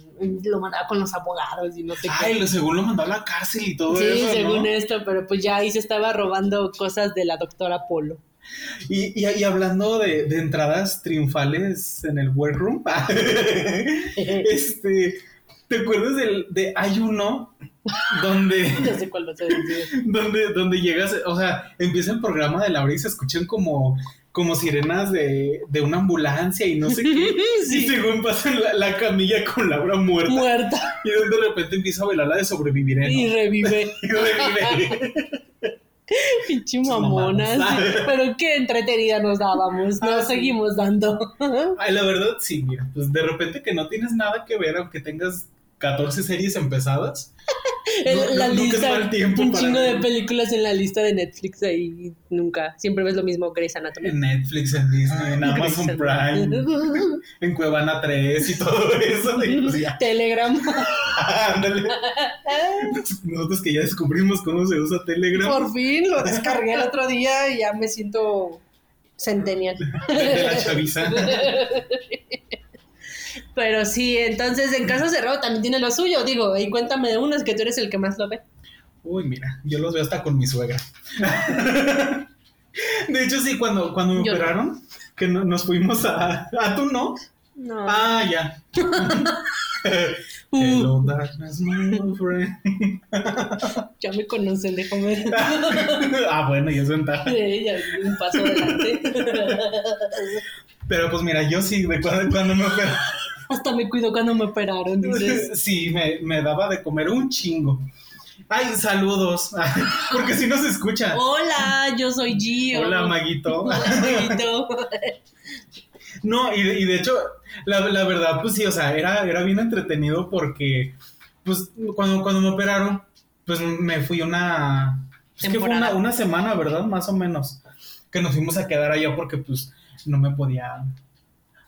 A: lo mandaba con los abogados y no sé qué.
B: Ay, lo- según lo mandó a la cárcel y todo
A: sí,
B: eso, ¿no?
A: según esto, pero pues ya ahí se estaba robando cosas de la doctora Polo.
B: Y, y- y hablando de, de entradas triunfales en el workroom, este, ¿te acuerdas del, de hay uno
A: No
B: donde,
A: sé cuál va a ser. el siguiente.
B: donde, donde llegas, o sea, empieza el programa de Laura y se escuchan como, como sirenas de, de una ambulancia y no sé qué? Y
A: Sí,
B: según pasan la, la camilla con Laura muerta
A: muerta.
B: y de repente empieza a bailar la de sobreviviré, ¿no?
A: Y revive.
B: Y revive.
A: Pinche mamona.
B: Mamadas.
A: sí. Pero qué entretenida nos dábamos. Nos
B: Ah, sí.
A: seguimos dando.
B: Ay, la verdad, sí, mira, pues de repente que no tienes nada que ver, aunque tengas 14 series empezadas.
A: El-
B: no-
A: la
B: no- nunca es
A: lista.
B: mal tiempo
A: un
B: para
A: chingo
B: ver.
A: de películas en la lista de Netflix ahí. Nunca. Siempre ves lo mismo, Grey's Anatomy.
B: En Netflix, en Disney, Ah, en Amazon
A: Grey's
B: Prime,
A: Anatomy.
B: en Cuevana 3 y todo eso. Y pues ya,
A: Telegram.
B: ándale. Nosotros que ya descubrimos cómo se usa Telegram.
A: Por fin lo descargué el otro día y ya me siento centenial.
B: De la chaviza.
A: Pero sí, entonces en Casa Cerrado también tiene lo suyo. Digo, y cuéntame de unas que tú eres el que más lo ve.
B: Uy, mira, yo los veo hasta con mi suegra. De hecho, sí, cuando, cuando me
A: Yo no.
B: operaron, que no- nos fuimos a. ¿A tú no?
A: No.
B: Ah, Uh. ya. Ah,
A: uh,
B: Hello, darkness, my old friend.
A: Ya me conocen, déjame ver.
B: ah, bueno, y es ventaja.
A: Sí, ya, un paso adelante.
B: Pero pues mira, yo sí, de cuando, cuando me operaron,
A: Hasta me cuido cuando me operaron, dices.
B: sí, me, me daba de comer un chingo. Ay, saludos, porque si nos escucha.
A: Hola, yo soy Gio.
B: Hola, Maguito.
A: Hola, Maguito.
B: No, y de, y de hecho, la, la verdad, pues sí, o sea, era, era bien entretenido porque, pues, cuando, cuando me operaron, pues me fui una. Es que fue una,
A: Temporada.
B: una semana, ¿verdad? Más o menos. Que nos fuimos a quedar allá porque, pues, no me podía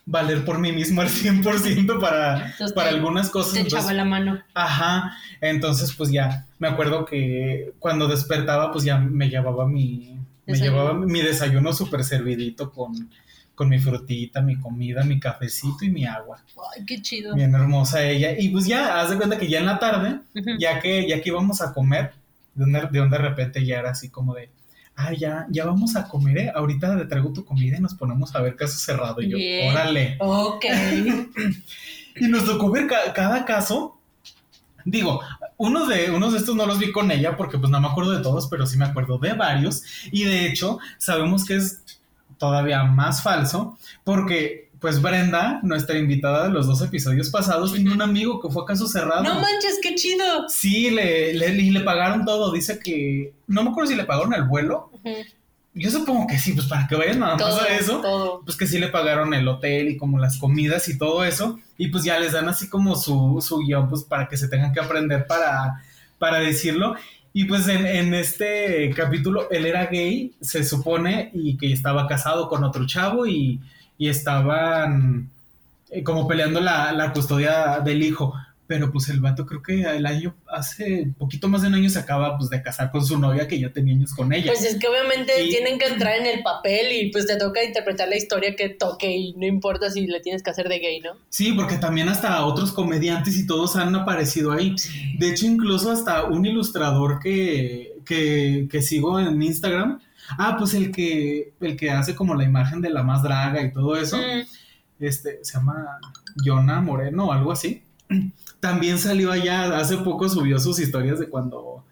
B: valer por mí mismo al 100% para,
A: Entonces,
B: para
A: te-
B: algunas cosas.
A: Te
B: entonces,
A: echaba la mano.
B: Ajá, entonces pues ya, me acuerdo que cuando despertaba pues ya me llevaba mi, Me llevaba mi desayuno súper servidito con, con mi frutita, mi comida, mi cafecito y mi agua.
A: Ay, qué chido.
B: Bien hermosa ella. Y pues ya, haz de cuenta que ya en la tarde,
A: Ujú.
B: ya que, ya que íbamos a comer, de donde, de donde de repente ya era así como de, ah, ya, ya vamos a comer, ¿eh? ahorita te traigo tu comida y nos ponemos a ver caso cerrado. Y yo,
A: Bien.
B: órale.
A: Ok.
B: Y nos tocó ver ca- cada caso. Digo, unos de, unos de estos no los vi con ella porque pues no me acuerdo de todos, pero sí me acuerdo de varios. Y de hecho, sabemos que es todavía más falso porque pues Brenda, nuestra invitada de los dos episodios pasados, tiene un amigo que fue a caso cerrado.
A: No manches, qué chido.
B: sí, le, le, y le pagaron todo. Dice que, no me acuerdo si le pagaron el vuelo. Yo supongo que sí, pues para que vayan nada más
A: Todo
B: a eso
A: Todo.
B: pues que sí le pagaron el hotel y como las comidas y todo eso, y pues ya les dan así como su, su guión, pues para que se tengan que aprender para, para decirlo. Y pues en, en este capítulo él era gay, se supone, y que estaba casado con otro chavo y, y estaban eh, como peleando la, la custodia del hijo. Pero pues el vato creo que el año, hace poquito más de un año se acaba pues de casar con su novia que ya tenía años con ella.
A: Pues es que obviamente
B: Y-
A: tienen que entrar en el papel y pues te toca interpretar la historia que toque y no importa si le tienes que hacer de gay, ¿no?
B: Sí, porque también hasta otros comediantes y todos han aparecido ahí. De hecho, incluso hasta un ilustrador que, que, que sigo en Instagram. Ah, pues el que, el que hace como la imagen de la más draga y todo eso.
A: Mm.
B: Este, se llama Jonah Moreno o algo así. También salió allá, hace poco subió sus historias de cuando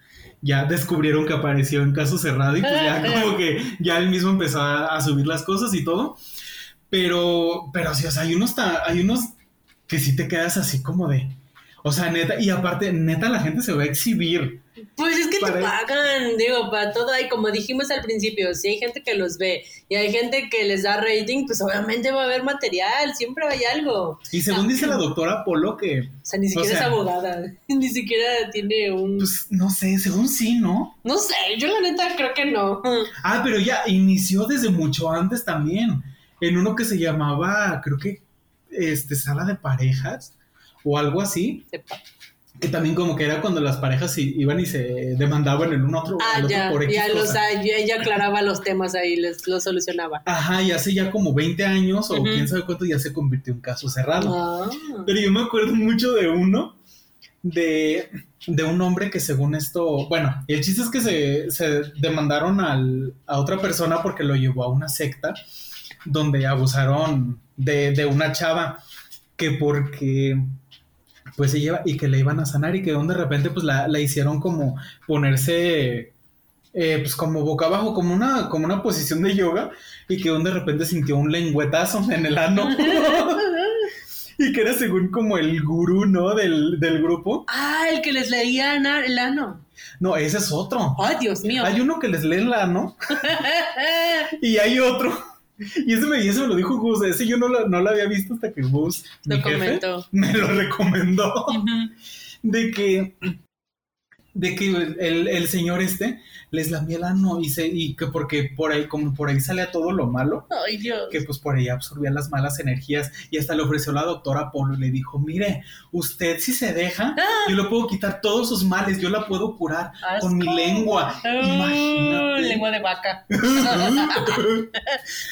B: ya descubrieron que apareció en caso cerrado y pues ya como que ya él mismo empezó a, a subir las cosas y todo. Pero, pero sí, o sea, hay unos, ta- hay unos que sí te quedas así como de, o sea, neta, y aparte, neta, la gente se va a exhibir.
A: Pues es que
B: Para-
A: te pagan, digo, para todo. Y como dijimos al principio, si hay gente que los ve y hay gente que les da rating, pues obviamente va a haber material, siempre hay algo.
B: Y según dice la doctora Polo que,
A: O sea, ni siquiera
B: sea-
A: es abogada, ni siquiera tiene un...
B: pues, no sé, según sí, ¿no?
A: No sé, yo la neta creo que no.
B: Ah, pero ya inició desde mucho antes también. En uno que se llamaba, creo que, este, sala de parejas o algo así.
A: Sepa.
B: Que también como que era cuando las parejas i- iban y se demandaban el uno a otro,
A: Ah,
B: al otro
A: ya,
B: por X
A: ya los,
B: cosa.
A: ah, ya, ya aclaraba los temas ahí, les, los solucionaba.
B: Ajá, y hace ya como 20 años o
A: Ujú.
B: quién sabe cuánto ya se convirtió en caso cerrado.
A: Ah.
B: Pero yo me acuerdo mucho de uno, de, de un hombre que según esto, bueno, el chiste es que se, se demandaron al- a otra persona porque lo llevó a una secta donde abusaron de, de una chava que porque pues ella y que le iban a sanar y que de repente pues la, la hicieron como ponerse eh, pues como boca abajo, como una, como una posición de yoga y que de repente sintió un lengüetazo en el ano. Y que era según como el gurú, ¿no? Del, del grupo.
A: Ah, el que les leía na- el ano.
B: No, ese es otro.
A: Ay, Dios mío.
B: Hay uno que les lee la, ¿no? Y hay otro. Y ese me, y ese me lo dijo Gus. Ese yo no lo, no lo había visto hasta que Gus, mi
A: Lo
B: jefe,
A: comentó.
B: me lo recomendó.
A: Ujú.
B: De que, de que el, el señor este les lamía el ano y, se, y que porque por ahí, como por ahí sale a todo lo malo,
A: Ay, Dios.
B: que pues por ahí absorbía las malas energías y hasta le ofreció la doctora Polo y le dijo, mire, usted si se deja,
A: Ah.
B: yo le puedo quitar todos sus males, yo la puedo curar con mi
A: Asco.
B: lengua.
A: Uh,
B: Imagínate.
A: lengua de vaca.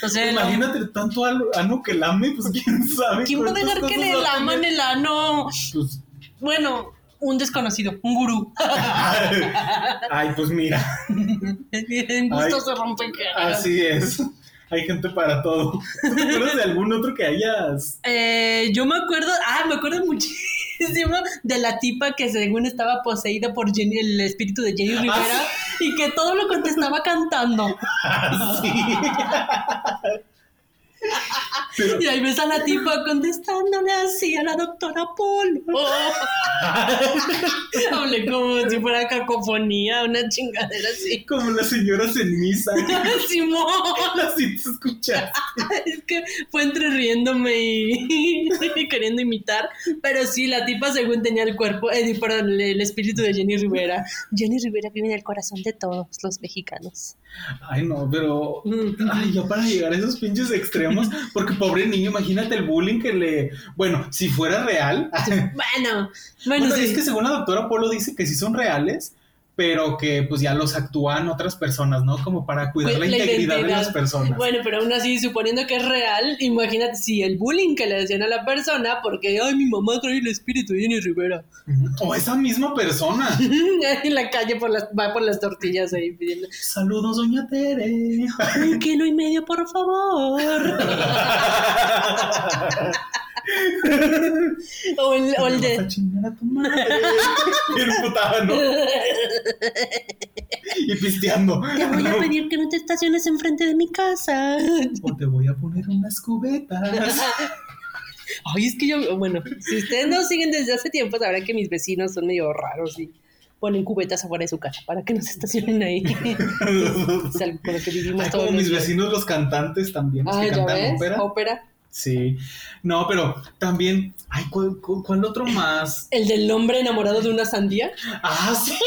A: No sé, la-
B: Imagínate tanto al- ano que lame, pues quién sabe.
A: ¿quién va a
B: cuántas
A: dejar que
B: cosas
A: le
B: va a
A: laman
B: tener.
A: el ano?
B: Pues,
A: Bueno, un desconocido, un gurú.
B: ay, pues mira,
A: En gusto
B: Ay, Ah,
A: se rompen géneros.
B: así es. Hay gente para todo. ¿Tú te acuerdas de algún otro que hayas?
A: Eh, yo me acuerdo, ah, me acuerdo muchísimo de la tipa que según estaba poseída por Jenny- el espíritu de
B: Ah,
A: Jenny Rivera y que todo lo contestaba cantando.
B: Así.
A: Y ahí ves a la tipa contestándole así a la doctora Polo. Hablé como si fuera cacofonía, una chingadera así.
B: Como las señoras en misa.
A: Simón,
B: Así te escuchas.
A: es que fue entre riéndome y, y queriendo imitar, pero sí, la tipa según tenía el cuerpo, eh, perdón, el, el espíritu de Jenny Rivera. Jenny Rivera vive en el corazón de todos los mexicanos.
B: Ay, no, pero.
A: Mm,
B: Ay, ya para llegar a esos pinches extremos. Porque pobre niño, imagínate el bullying que le. Bueno, si fuera real.
A: Bueno, bueno,
B: Bueno,
A: sí.
B: es que según la doctora Polo dice que sí son reales. pero que pues ya los actúan otras personas, ¿no? Como para cuidar la,
A: Pues, La
B: integridad de
A: identidad.
B: las personas.
A: Bueno, pero aún así, suponiendo que es real, imagínate si el bullying que le decían a la persona, porque, ay, mi mamá trae el espíritu de Jenny Rivera.
B: Ujú. O esa misma persona.
A: en la calle por las, va por las tortillas ahí pidiendo,
B: Saludos, doña Tere.
A: un kilo y medio, por favor. o el, o el
B: Vas a
A: de...
B: chingar a tu madre. Bien putada, ¿no? Y pisteando.
A: Te voy a
B: No.
A: pedir que no te estaciones enfrente de mi casa.
B: O te voy a poner unas cubetas.
A: Ay, es que yo, bueno, si ustedes no siguen desde hace tiempo, sabrán que mis vecinos son medio raros y ponen cubetas afuera de su casa para que no se estacionen ahí. es algo con lo que vivimos
B: Ay,
A: todos
B: como mis
A: los días.
B: vecinos los cantantes también, los
A: Ay,
B: que
A: ya
B: cantan
A: ves, Oh.
B: ópera.
A: ópera.
B: Sí. No, pero también, ay, ¿cuál, cu- cuál otro más?
A: El del hombre enamorado de una sandía.
B: Ah, sí.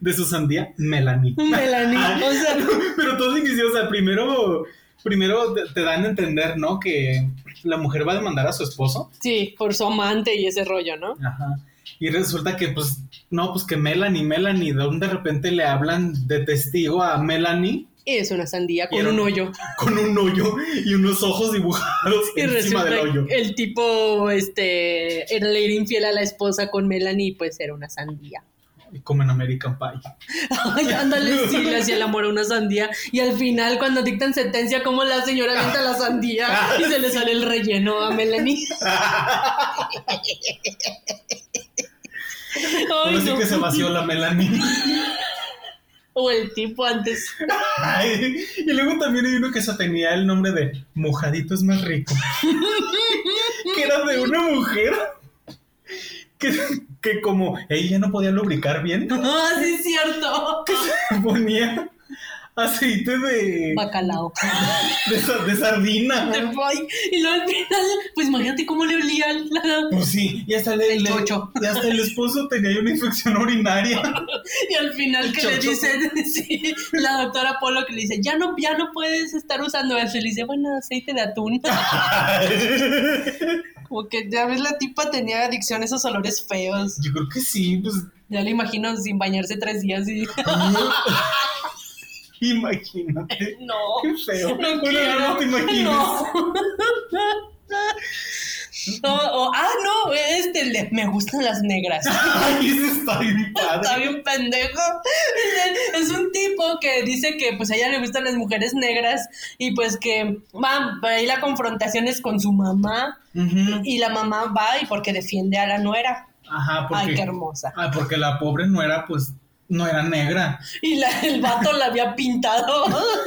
B: De su sandía, Melanie.
A: Melanie,
B: Ay.
A: o sea,
B: Pero todo inició, o sea, primero, primero te- te dan a entender, ¿no? Que la mujer va a demandar a su esposo.
A: sí, por su amante y ese rollo, ¿no?
B: Ajá. Y resulta que, pues, no, pues que Melanie, Melanie, de un de repente le hablan de testigo a Melanie
A: Y es una sandía
B: Y
A: con
B: era
A: un
B: un-
A: hoyo.
B: con un hoyo y unos ojos dibujados
A: Y
B: encima
A: resulta
B: del hoyo.
A: que el tipo, este, era le era infiel a la esposa con Melanie, y pues era una sandía.
B: Y como en American Pie.
A: Ay, ándale, sí, le hacía el amor a una sandía. Y al final, cuando dictan sentencia, como la señora avienta la sandía y se le sale el relleno a Melanie. Ay,
B: Ahora sí
A: no.
B: que se vació la Melanie.
A: O el tipo antes.
B: Ay, y luego también hay uno que se tenía el nombre de Mojadito es más rico. que era de una mujer que, que como ella no podía lubricar bien,
A: Ah, sí, es cierto.
B: ponía aceite de,
A: Bacalao.
B: de, sa- de
A: Te
B: sardina.
A: voy. Y luego al final, pues imagínate cómo le olía la-
B: Pues sí, y hasta, le,
A: El
B: le-
A: chocho.
B: y hasta el esposo tenía una infección urinaria.
A: Y al final que le
B: Chocho.
A: dice sí, la doctora Polo que le dice, ya no, ya no puedes estar usando eso. Y le dice, bueno, aceite de atún. Como que ya ves, la tipa tenía adicción a esos olores feos.
B: Yo creo que sí, pues
A: Ya le imagino sin bañarse tres días y
B: imagínate.
A: no.
B: Qué feo.
A: No
B: Bueno, no te imagines.
A: No. No, o- ah, no, este, el de, me gustan las negras.
B: Ay, ese está bien padre.
A: Está bien pendejo. Es un tipo que dice que pues a ella le gustan las mujeres negras y pues que va, va ahí la confrontación es con su mamá
B: Ujú.
A: y la mamá va y porque defiende a la nuera.
B: Ajá, porque.
A: Ay, qué hermosa.
B: Ah, porque la pobre no era, pues, no era negra.
A: Y la- el vato la había pintado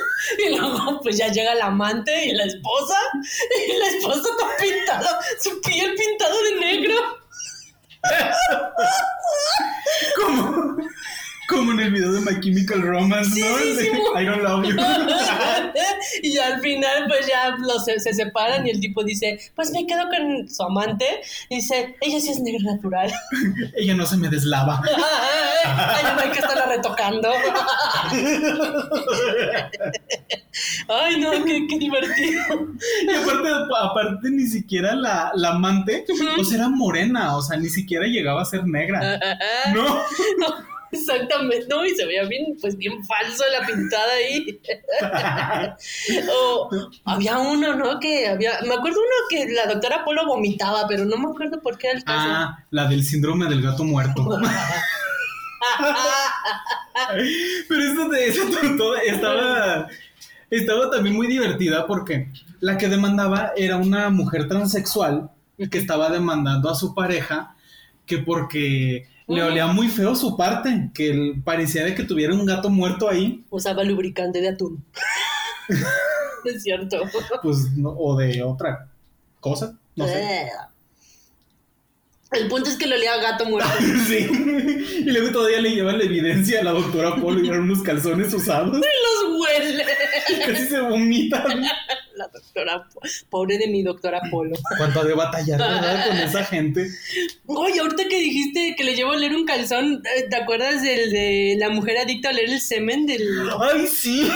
A: y luego pues ya llega el amante y la esposa y la esposa está pintada, su piel pintado de negro.
B: Como, como en el video de My Chemical Romance,
A: Sí,
B: ¿no?
A: sí,
B: El de
A: sí, muy-
B: I don't love you.
A: y ya al final, pues ya los, se, se separan y el tipo dice, pues me quedo con su amante. Dice, ella sí es negra natural.
B: Ella no se me deslava.
A: Ay, no hay que estarla retocando. Ay, no, qué, qué divertido.
B: Y aparte, aparte ni siquiera la, la amante, pues era morena, o sea, ni siquiera llegaba a ser
A: Ah,
B: negra. No,
A: No, exactamente, no, y se veía bien, pues bien falso la pintada ahí. O había uno, ¿no? Que había, me acuerdo uno que la doctora Polo vomitaba, pero no me acuerdo por qué era el caso.
B: ah, la del síndrome del gato muerto. Pero esto de esa tortuga estaba, estaba también muy divertida porque la que demandaba era una mujer transexual que estaba demandando a su pareja que porque le
A: Ujú.
B: olía muy feo su parte, que él- parecía de que tuviera un gato muerto ahí,
A: Usaba lubricante de atún. es cierto.
B: pues, no- o de otra cosa, no sé.
A: Eh. El punto es que lo olía a gato muerto.
B: Sí. Y luego todavía le llevan la evidencia a la doctora Polo y eran unos calzones usados
A: Y los huele.
B: y casi se vomitan.
A: La doctora, Po- pobre de mi doctora Polo.
B: Cuánto de batallar ¿verdad? con esa gente.
A: Oye, ahorita que dijiste que le llevo a leer un calzón, eh, ¿te acuerdas del de la mujer adicta a leer el semen del
B: ¡Ay, sí!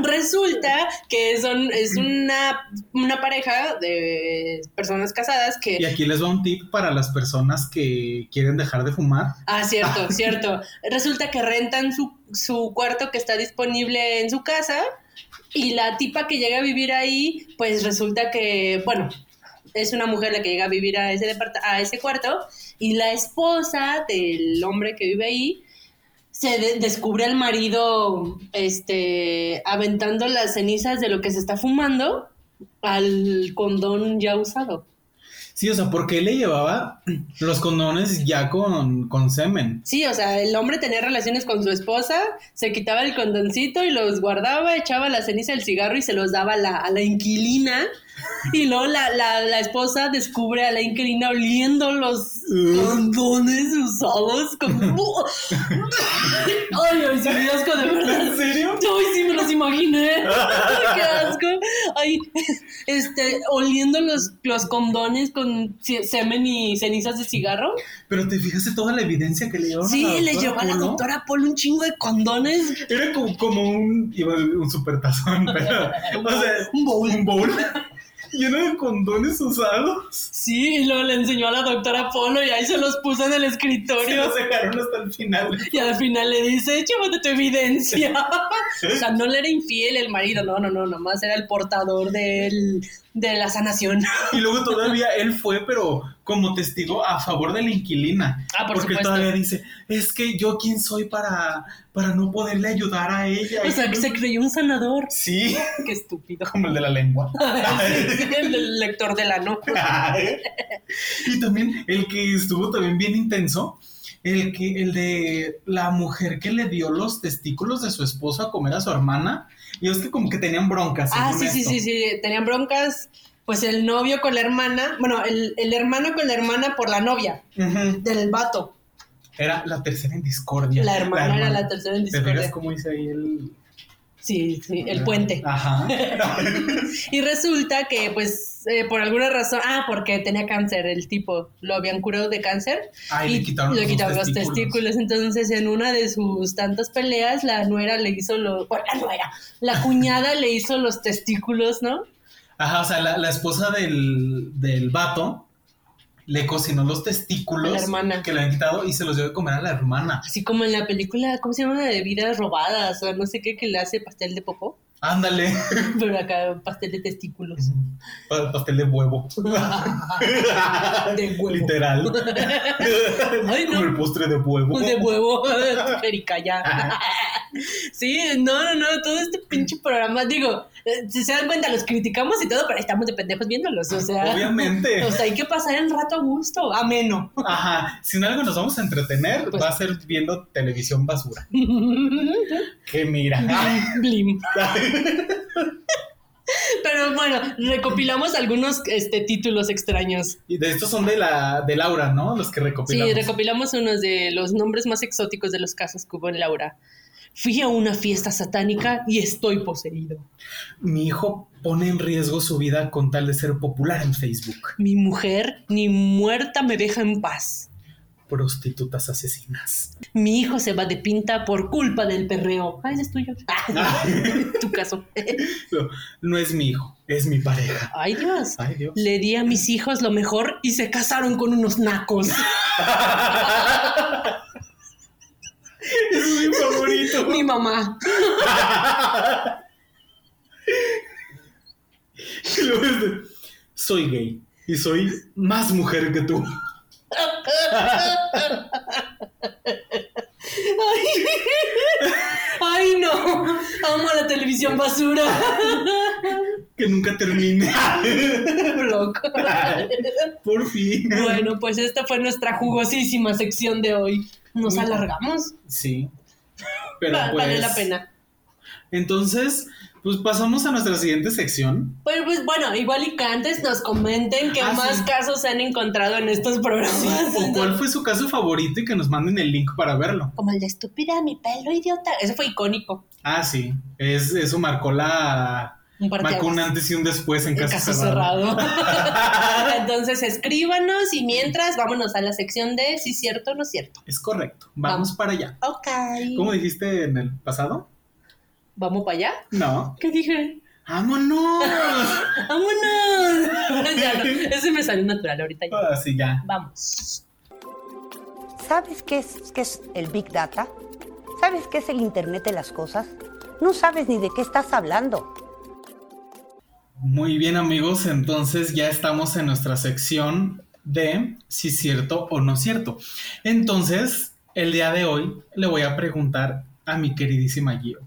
A: Resulta que son, es una, una pareja de personas casadas
B: Y
A: que...
B: aquí les va un tip para las personas que quieren dejar de fumar.
A: Ah, cierto, cierto. Resulta que rentan su, su cuarto que está disponible en su casa y la tipa que llega a vivir ahí, pues resulta que, bueno, es una mujer la que llega a vivir a ese, departa- a ese cuarto y la esposa del hombre que vive ahí se de- descubre al marido este, aventando las cenizas de lo que se está fumando al condón ya usado.
B: Sí, o sea, porque él le llevaba los condones ya con, con semen.
A: Sí, o sea, el hombre tenía relaciones con su esposa, se quitaba el condoncito y los guardaba, echaba la ceniza del cigarro y se los daba a la, a la inquilina. Y luego la, la- la esposa descubre a la inquilina oliendo los condones usados. Como... ¡Ay, ay, sí, qué asco, de verdad!
B: ¿En serio?
A: ¡Ay, sí, me los imaginé! ¡Qué asco! Ay, este, oliendo los, los condones con ci- semen y cenizas de cigarro.
B: Pero te fijaste toda la evidencia que le llevaron
A: Sí,
B: a la
A: le llevó a la
B: Polo?
A: doctora Paul un chingo de condones,
B: Era como, como un, iba a decir un supertazón, pero, o sea,
A: un bowl.
B: un bowl lleno de condones usados.
A: Sí, y luego le enseñó a la doctora Polo y ahí se los puso en el
B: Se
A: escritorio.
B: los dejaron hasta el final.
A: Y al final le dice, llévate tu evidencia. o sea, no le era infiel el marido, no, no, no, nomás era el portador del, de la sanación.
B: Y luego todavía él fue, pero como testigo a favor de la inquilina.
A: Ah, por
B: porque
A: supuesto.
B: todavía dice, es que yo quién soy para, para no poderle ayudar a ella.
A: O sea, que se creyó un sanador.
B: Sí,
A: Qué estúpido.
B: como el de la lengua.
A: el lector de la no.
B: y también el que estuvo también bien intenso, el que el de la mujer que le dio los testículos de su esposo a comer a su hermana, y es que como que tenían broncas.
A: Ah, sí,
B: según
A: sí,
B: esto.
A: sí, sí, tenían broncas. Pues el novio con la hermana, bueno, el, el hermano con la hermana por la novia
B: Ujú.
A: del vato.
B: Era la tercera en discordia.
A: La hermana, era la tercera en
B: ¿Te fijas Ah.
A: discordia.
B: cómo dice ahí el...
A: Sí, sí, el puente.
B: Ajá.
A: Y resulta que, pues, eh, por alguna razón, ah, porque tenía cáncer el tipo, lo habían curado de cáncer
B: Ah, y le quitaron,
A: le
B: los,
A: quitaron los
B: testículos.
A: testículos. Entonces, en una de sus tantas peleas, la nuera le hizo los, bueno, la nuera, la cuñada le hizo los testículos, ¿no?
B: Ajá, o sea, la, la esposa del, del vato le cocinó los testículos
A: A la hermana.
B: que le han quitado y se los dio de comer a la hermana.
A: Así como en la película, ¿cómo se llama? La de vidas robadas, o no sé qué, que le hace pastel de popó,
B: Ándale.
A: pero acá pastel de testículos.
B: Pa- pastel de huevo.
A: De huevo.
B: Literal.
A: Ay, no. pues
B: Como el postre de huevo.
A: de huevo, Erika, ya. sí, no, no, no, todo
B: Mm.
A: este pinche programa, digo, eh, si se dan cuenta, los criticamos y todo, pero estamos de pendejos viéndolos, o sea.
B: Obviamente.
A: O sea, hay que pasar el rato a gusto, ameno.
B: Ajá. Si en algo nos vamos a entretener,
A: Pues-
B: va a ser viendo televisión basura. Que mira.
A: Blim. Pero bueno, recopilamos algunos este, títulos extraños.
B: Y de estos son de la de Laura, ¿no? Los que recopilamos.
A: Sí, recopilamos unos de los nombres más exóticos de los casos que hubo en Laura. Fui a una fiesta satánica y estoy poseído.
B: Mi hijo pone en riesgo su vida con tal de ser popular en Facebook.
A: Mi mujer ni muerta me deja en paz.
B: Prostitutas asesinas.
A: Mi hijo se va de pinta por culpa del perreo. Ah, ese es tuyo. tu caso.
B: No es mi hijo, es mi pareja.
A: Ay, Dios.
B: Ay, Dios.
A: Le di a mis hijos lo mejor y se casaron con unos nacos.
B: es mi favorito.
A: Mi mamá.
B: Y luego es de, soy gay y soy más mujer que tú.
A: Ay, Ay, no. Amo la televisión basura.
B: Que nunca termine.
A: Blog.
B: Por fin.
A: Bueno, pues esta fue nuestra jugosísima sección de hoy. Nos alargamos.
B: Sí. Pero
A: Va-
B: pues,
A: Vale la pena.
B: Entonces, pues pasamos a nuestra siguiente sección.
A: Pues, pues, bueno, igual y que antes nos comenten qué
B: Ah,
A: más
B: sí.
A: casos se han encontrado en estos programas.
B: ¿O cuál fue su caso favorito y que nos manden el link para verlo?
A: Como el de estúpida, mi pelo idiota. Eso fue icónico.
B: Ah, sí. Es, eso marcó la.
A: Un par
B: Marcó un antes y un después en
A: El
B: caso,
A: caso
B: cerrado.
A: cerrado. Entonces escríbanos y mientras vámonos a la sección de si cierto o no cierto.
B: Es correcto. Vamos para allá.
A: Ok.
B: ¿Cómo dijiste en el pasado?
A: ¿Vamos para allá?
B: No.
A: ¿Qué dije?
B: ¡Vámonos!
A: ¡Vámonos! Ya no, ese me salió natural ahorita. ya.
B: Ah, sí, ya.
A: Vamos.
D: ¿Sabes qué es, qué es el Big Data? ¿Sabes qué es el Internet de las Cosas? No sabes ni de qué estás hablando.
B: Muy bien, amigos. Entonces ya estamos en nuestra sección de si es cierto o no cierto. Entonces, el día de hoy le voy a preguntar a mi queridísima Gio.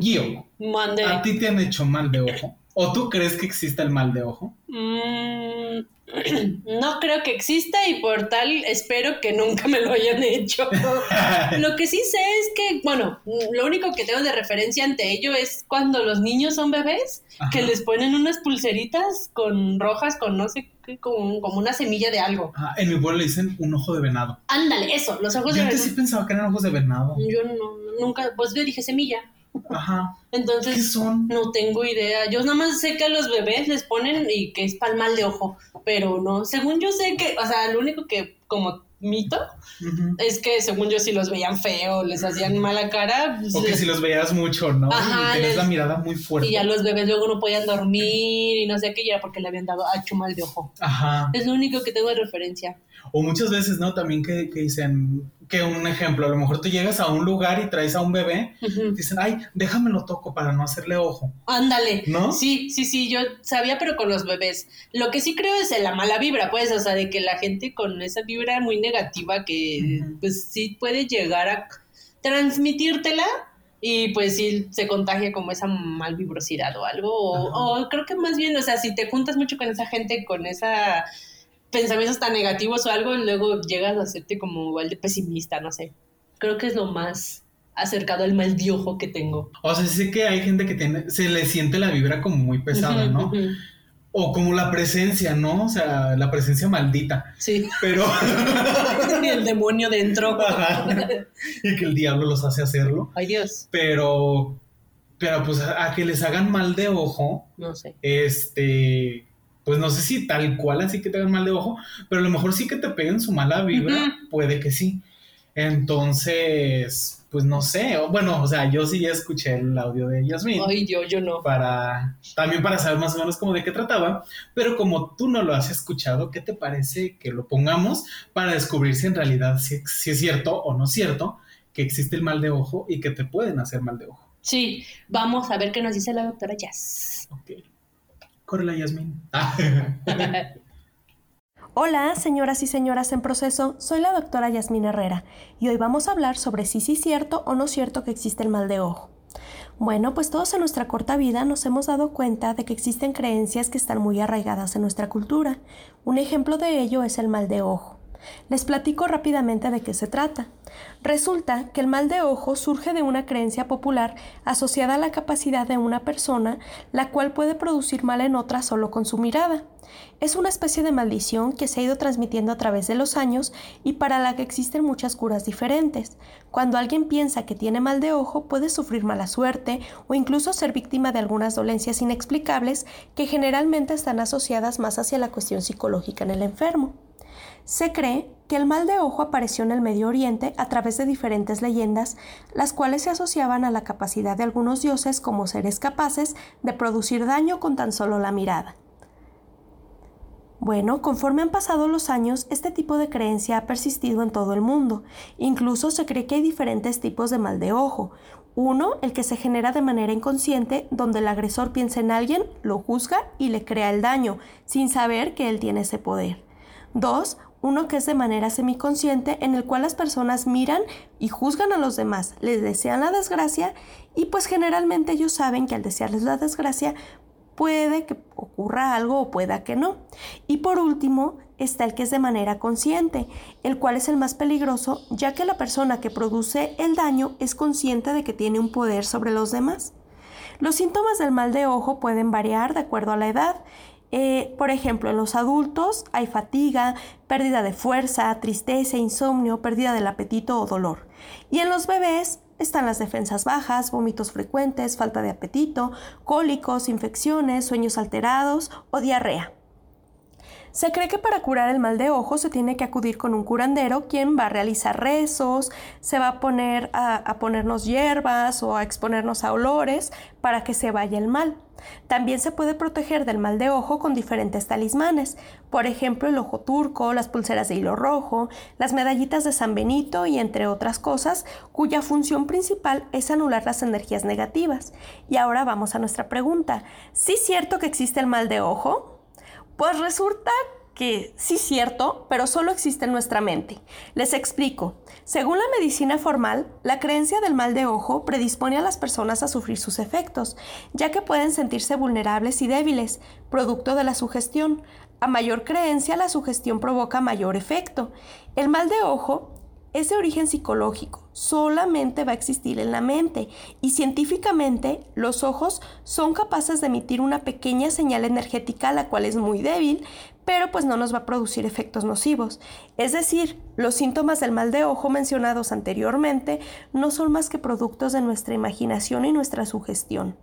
B: Gio,
A: Mande.
B: ¿a ti te han hecho mal de ojo? ¿O tú crees que existe el mal de ojo?
A: Mm, no creo que exista y por tal espero que nunca me lo hayan hecho. Lo que sí sé es que, bueno, lo único que tengo de referencia ante ello es cuando los niños son bebés,
B: Ajá.
A: que les ponen unas pulseritas con rojas, con no sé, qué, como, como una semilla de algo.
B: Ah, en mi pueblo le dicen un ojo de venado.
A: Ándale, eso, los ojos
B: Yo
A: de
B: antes sí
A: venado.
B: pensaba que eran ojos de venado.
A: Yo no, nunca, pues yo dije semilla.
B: Ajá. ¿Qué
A: Entonces,
B: son?
A: no tengo idea. Yo nada más sé que a los bebés les ponen y que es para mal de ojo, pero no. Según yo sé que, o sea, lo único que como mito
B: Ujú.
A: es que según yo si los veían feo, les hacían mala cara pues,
B: O que
A: les-
B: si los veías mucho, ¿no?
A: Ajá,
B: y tenías
A: les-
B: la mirada muy fuerte.
A: y ya los bebés luego no podían dormir y no sé qué, y era porque le habían dado hacho mal de ojo.
B: Ajá.
A: Es lo único que tengo de referencia.
B: O muchas veces, ¿no? También que, que dicen, que un ejemplo, a lo mejor tú llegas a un lugar y traes a un bebé,
A: Ujú.
B: dicen, ay, déjamelo toco para no hacerle ojo.
A: Ándale.
B: ¿No?
A: Sí, sí, sí, yo sabía, pero con los bebés. Lo que sí creo es en la mala vibra, pues, o sea, de que la gente con esa vibra muy negativa que,
B: Ujú.
A: pues, sí puede llegar a transmitírtela y, pues, sí se contagia como esa mal vibrosidad o algo. O, o creo que más bien, o sea, si te juntas mucho con esa gente, con esa pensamientos tan negativos o algo, y luego llegas a hacerte como igual de pesimista, no sé. Creo que es lo más acercado al mal de ojo que tengo.
B: O sea, sí que hay gente que tiene, se le siente la vibra como muy pesada,
A: Ujú,
B: ¿no?
A: ujú.
B: O como la presencia, ¿no? O sea, la presencia maldita.
A: Sí.
B: Pero,
A: Y el demonio dentro.
B: Ajá. y que el diablo los hace hacerlo.
A: Ay Dios,
B: Pero, pero pues a, a que les hagan mal de ojo,
A: no sé.
B: este, pues no sé si tal cual así que te hagan mal de ojo, pero a lo mejor sí que te peguen su mala vibra,
A: Ujú.
B: puede que sí. Entonces, pues no sé. O- Bueno, o sea, yo sí ya escuché el audio de Yasmin.
A: Ay Dios, yo no.
B: para también para saber más o menos como de qué trataba, pero como tú no lo has escuchado, ¿qué te parece que lo pongamos para descubrir si en realidad si, si es cierto o no es cierto que existe el mal de ojo y que te pueden hacer mal de ojo?
A: Sí, vamos a ver qué nos dice la doctora Jazz.
B: Ok. Córrela, Yasmin.
E: Hola, señoras y señoras en proceso, soy la doctora Yasmín Herrera y hoy vamos a hablar sobre si sí es cierto o no es cierto que existe el mal de ojo. Bueno, pues todos en nuestra corta vida nos hemos dado cuenta de que existen creencias que están muy arraigadas en nuestra cultura. Un ejemplo de ello es el mal de ojo. Les platico rápidamente de qué se trata. Resulta que el mal de ojo surge de una creencia popular asociada a la capacidad de una persona, la cual puede producir mal en otra solo con su mirada. Es una especie de maldición que se ha ido transmitiendo a través de los años y para la que existen muchas curas diferentes. Cuando alguien piensa que tiene mal de ojo, puede sufrir mala suerte o incluso ser víctima de algunas dolencias inexplicables que generalmente están asociadas más hacia la cuestión psicológica en el enfermo. Se cree que el mal de ojo apareció en el Medio Oriente a través de diferentes leyendas, las cuales se asociaban a la capacidad de algunos dioses como seres capaces de producir daño con tan solo la mirada. Bueno, conforme han pasado los años, este tipo de creencia ha persistido en todo el mundo. Incluso se cree que hay diferentes tipos de mal de ojo. Uno, el que se genera de manera inconsciente, donde el agresor piensa en alguien, lo juzga y le crea el daño, sin saber que él tiene ese poder. Dos, uno que es de manera semiconsciente, en el cual las personas miran y juzgan a los demás, les desean la desgracia y pues generalmente ellos saben que al desearles la desgracia puede que ocurra algo o pueda que no. Y por último, está el que es de manera consciente, el cual es el más peligroso, ya que la persona que produce el daño es consciente de que tiene un poder sobre los demás. Los síntomas del mal de ojo pueden variar de acuerdo a la edad. Eh, por ejemplo, en los adultos hay fatiga, pérdida de fuerza, tristeza, insomnio, pérdida del apetito o dolor. Y en los bebés están las defensas bajas, vómitos frecuentes, falta de apetito, cólicos, infecciones, sueños alterados o diarrea. Se cree que para curar el mal de ojo se tiene que acudir con un curandero quien va a realizar rezos, se va a poner a, a ponernos hierbas o a exponernos a olores para que se vaya el mal. También se puede proteger del mal de ojo con diferentes talismanes, por ejemplo el ojo turco, las pulseras de hilo rojo, las medallitas de San Benito y entre otras cosas, cuya función principal es anular las energías negativas. Y ahora vamos a nuestra pregunta. ¿Sí es cierto que existe el mal de ojo? Pues resulta que sí cierto, pero solo existe en nuestra mente. Les explico. Según la medicina formal, la creencia del mal de ojo predispone a las personas a sufrir sus efectos, ya que pueden sentirse vulnerables y débiles, producto de la sugestión. A mayor creencia, la sugestión provoca mayor efecto. El mal de ojo es de origen psicológico, solamente va a existir en la mente y científicamente los ojos son capaces de emitir una pequeña señal energética la cual es muy débil, pero pues no nos va a producir efectos nocivos. Es decir, los síntomas del mal de ojo mencionados anteriormente no son más que productos de nuestra imaginación y nuestra sugestión.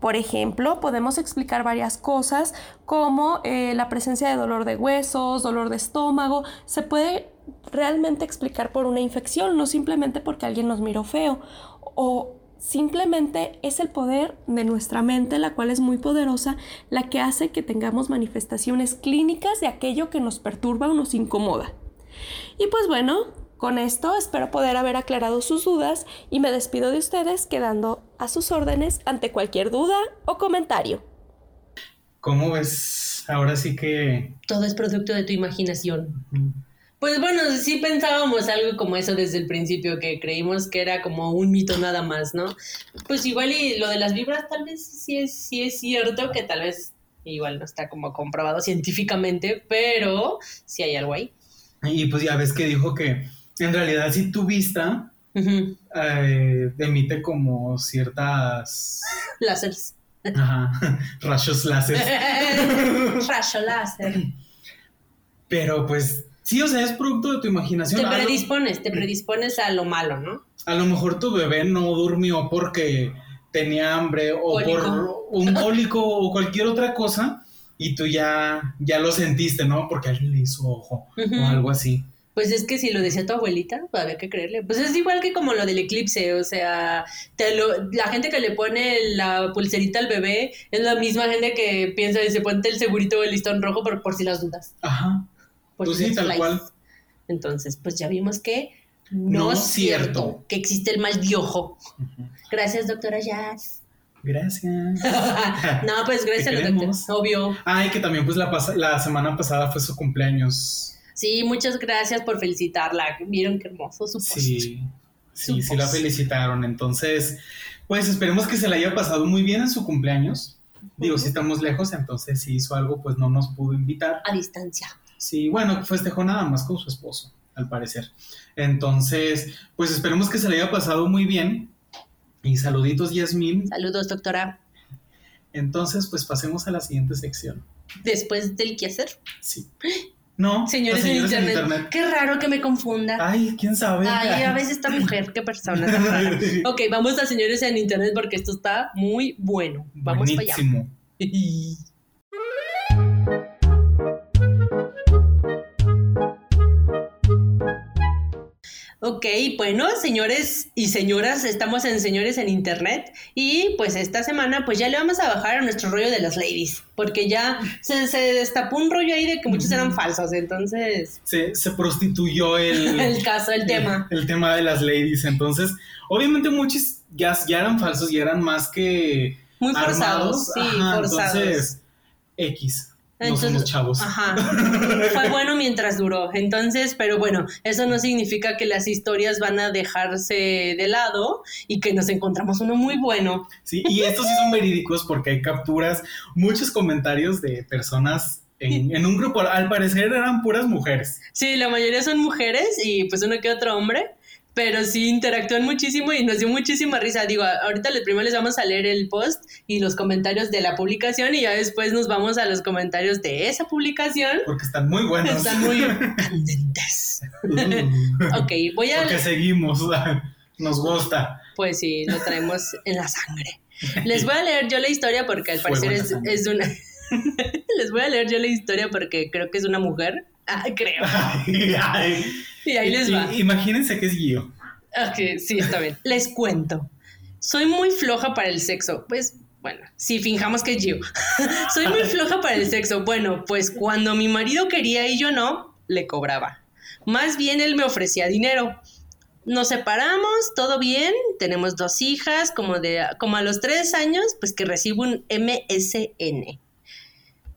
E: Por ejemplo, podemos explicar varias cosas como eh, la presencia de dolor de huesos, dolor de estómago, se puede realmente explicar por una infección, no simplemente porque alguien nos miró feo o simplemente es el poder de nuestra mente, la cual es muy poderosa, la que hace que tengamos manifestaciones clínicas de aquello que nos perturba o nos incomoda. Y pues bueno, con esto espero poder haber aclarado sus dudas y me despido de ustedes quedando a sus órdenes ante cualquier duda o comentario.
B: ¿Cómo ves? Ahora sí que...
A: Todo es producto de tu imaginación. Pues bueno, sí pensábamos algo como eso desde el principio, que creímos que era como un mito nada más, ¿no? Pues igual y lo de las vibras tal vez sí es, sí es cierto, que tal vez igual no está como comprobado científicamente, pero sí hay algo ahí.
B: Y pues ya ves que dijo que en realidad si tu vista
A: Ujú.
B: eh, emite como ciertas...
A: Láseres.
B: Ajá, rayos láser.
A: Rayo láser.
B: Pero pues sí, o sea, es producto de tu imaginación.
A: Te
B: A lo-
A: predispones, te predispones a lo malo, ¿no?
B: A lo mejor tu bebé no durmió porque tenía hambre o
A: Cólico.
B: por un cólico o cualquier otra cosa y tú ya, ya lo sentiste, ¿no? Porque alguien le hizo ojo
A: Ujú.
B: o algo así.
A: Pues es que si lo decía tu abuelita, pues había que creerle. Pues es igual que como lo del eclipse, o sea, te lo, la gente que le pone la pulserita al bebé es la misma gente que piensa y se ponte el segurito o el listón rojo por, por si las dudas.
B: Ajá.
A: Por
B: Pues
A: si
B: sí,
A: las
B: tal
A: flies.
B: cual.
A: Entonces, pues ya vimos que no,
B: No
A: es
B: es
A: cierto,
B: cierto.
A: que existe el mal de ojo.
B: Ujú.
A: Gracias, doctora Jazz.
B: Gracias.
A: no, pues gracias a los doctores,
B: Ah, queremos.
A: obvio.
B: Ay, que también pues la, pas- la semana pasada fue su cumpleaños.
A: Sí, muchas gracias por felicitarla. Vieron qué hermoso su post.
B: Sí, sí, sí
A: Supos.
B: la felicitaron. Entonces, pues esperemos que se la haya pasado muy bien en su cumpleaños. Digo, si estamos lejos, entonces si hizo algo, pues no nos pudo invitar.
A: A distancia.
B: Sí, bueno, festejó nada más con su esposo, al parecer. Entonces, pues esperemos que se le haya pasado muy bien. Y saluditos, Yasmín.
A: Saludos, doctora.
B: Entonces, pues pasemos a la siguiente sección.
A: Después del quehacer.
B: Sí. No,
A: Señores,
B: las
A: en internet. Qué raro que me confunda.
B: Ay, quién sabe.
A: Ay, a veces esta mujer, qué persona. tan rara. ok, vamos a señores en internet porque esto está muy bueno. Vamos para allá.
B: Buenísimo.
A: Ok, bueno, señores y señoras, estamos en Señores en Internet y pues esta semana pues ya le vamos a bajar a nuestro rollo de las ladies, porque ya se, se destapó un rollo ahí de que muchos eran falsos, entonces
B: Se, se prostituyó el,
A: el caso, el tema.
B: El, tema de las ladies. Entonces, obviamente muchos ya, ya eran falsos y eran más que
A: Muy forzados,
B: armados.
A: sí,
B: Ajá,
A: forzados.
B: Entonces, X. No somos
A: Entonces,
B: chavos.
A: Ajá. Fue bueno mientras duró. Entonces, pero bueno, eso no significa que las historias van a dejarse de lado y que nos encontramos uno muy bueno.
B: Sí, y estos sí son verídicos porque hay capturas, muchos comentarios de personas en, en un grupo. Al parecer eran puras mujeres.
A: Sí, la mayoría son mujeres y pues uno que otro hombre, pero sí interactúan muchísimo y nos dio muchísima risa. Digo, a- ahorita les- primero les vamos a leer el post y los comentarios de la publicación y ya después nos vamos a los comentarios de esa publicación.
B: Porque están muy buenos.
A: Están muy candentes. Ok, voy a...
B: porque seguimos. Nos gusta.
A: Pues sí, lo traemos en la sangre. Les voy a leer yo la historia porque al
B: Fuego
A: parecer
B: en la
A: es,
B: sangre.
A: es de una... Les voy a leer yo la historia porque creo que es una mujer. Ah, creo.
B: Ay, ay.
A: Y ahí les
B: I-
A: va.
B: Imagínense que es Gio.
A: Ah, Ok, sí, está bien. Les cuento. Soy muy floja para el sexo. Pues, bueno, si fijamos que es Gio. Soy muy floja para el sexo. Bueno, pues cuando mi marido quería y yo no, le cobraba. Más bien él me ofrecía dinero. Nos separamos, todo bien, tenemos dos hijas, como, de, como a los tres años, pues que recibo un MSN.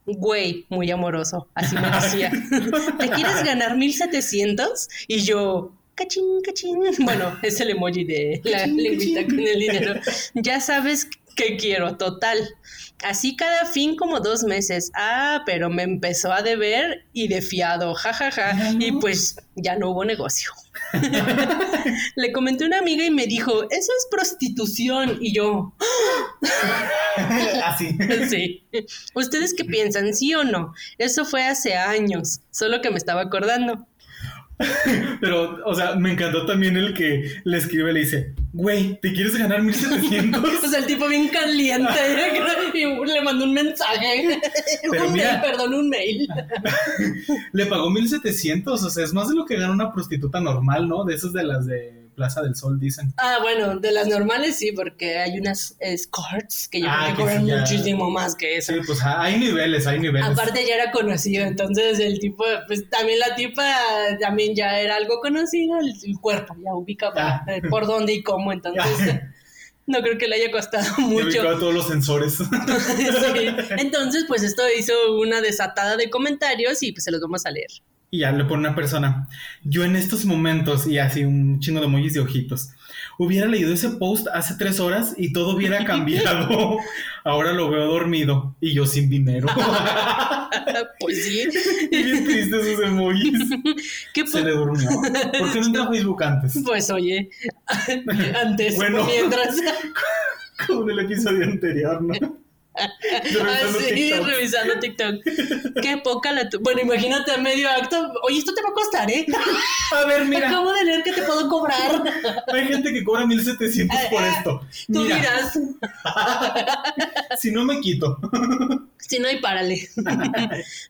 A: Güey, muy amoroso, así me decía. ¿Te quieres ganar 1700? Y yo, cachín, cachín. Bueno, es el emoji de la lengüita con el dinero. Ya sabes que quiero, total. Así cada fin como dos meses. Ah, pero me empezó a deber y de fiado, jajaja. Y pues ya no hubo negocio. Le comenté a una amiga y me dijo, eso es prostitución. Y yo,
B: Así.
A: Sí. ¿Ustedes qué piensan? ¿Sí o no? Eso fue hace años, solo que me estaba acordando.
B: Pero, o sea, me encantó también el que le escribe y le dice, güey, ¿te quieres ganar
A: O
B: 1700?
A: sea, el tipo bien caliente y le mandó un mensaje.
B: Pero
A: un
B: mira.
A: mail, perdón, un mail.
B: le pagó 1700, o sea, es más de lo que gana una prostituta normal, ¿no? De esas de las de Plaza del Sol, dicen.
A: Ah, bueno, de las normales sí, porque hay unas eh, escorts que yo
B: Ah,
A: creo que
B: que sí,
A: cobran
B: ya.
A: muchísimo más que eso.
B: Sí, pues ah, hay niveles, hay niveles.
A: Aparte ya era conocido, entonces el tipo, pues también la tipa también ya era algo conocido, el, el cuerpo ya ubica
B: Ah.
A: eh, por dónde y cómo, entonces no creo que le haya costado
B: Ya
A: mucho.
B: ubicó a todos los sensores.
A: Sí. Entonces, pues esto hizo una desatada de comentarios y pues se los vamos a leer.
B: Y ya le pone una persona. Yo en estos momentos, y así un chingo de emojis de ojitos, hubiera leído ese post hace tres horas y todo hubiera cambiado. Ahora lo veo dormido y yo sin dinero.
A: pues sí.
B: Y Bien tristes esos emojis.
A: ¿Qué
B: Se le
A: po-
B: durmió. ¿Por qué no entra a Facebook antes?
A: Pues oye, antes,
B: Bueno.
A: mientras...
B: Como en el episodio anterior, ¿no? Revisando
A: Así,
B: TikTok.
A: revisando TikTok. Qué poca la... tu- Bueno, imagínate a medio acto. Oye, esto te va a costar, ¿eh?
B: A ver, mira,
A: Acabo de leer que te puedo cobrar.
B: hay gente que cobra 1700 por esto.
A: Ah, Tú
B: Mira,
A: dirás,
B: si no me quito.
A: si no, y párale.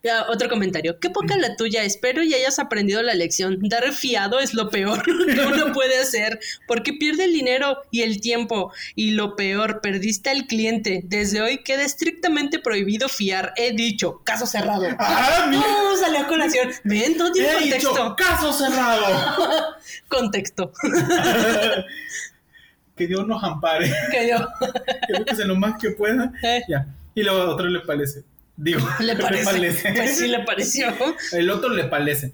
A: Ya, Otro comentario. Qué poca la tuya. Espero y hayas aprendido la lección. Dar fiado es lo peor que uno puede hacer porque pierde el dinero y el tiempo. Y lo peor, perdiste al cliente. Desde hoy queda estrictamente prohibido fiar. He dicho, caso cerrado.
B: ¡Ah, mira!
A: No, salió a colación. Ven, todo tiene
B: He
A: contexto.
B: dicho, caso cerrado.
A: Contexto.
B: Que Dios nos ampare.
A: Que dio.
B: Creo que se lo más que pueda.
A: Eh.
B: Ya. Y luego a otro le parece. Digo,
A: Le parece. Pues sí, le pareció.
B: El otro le parece.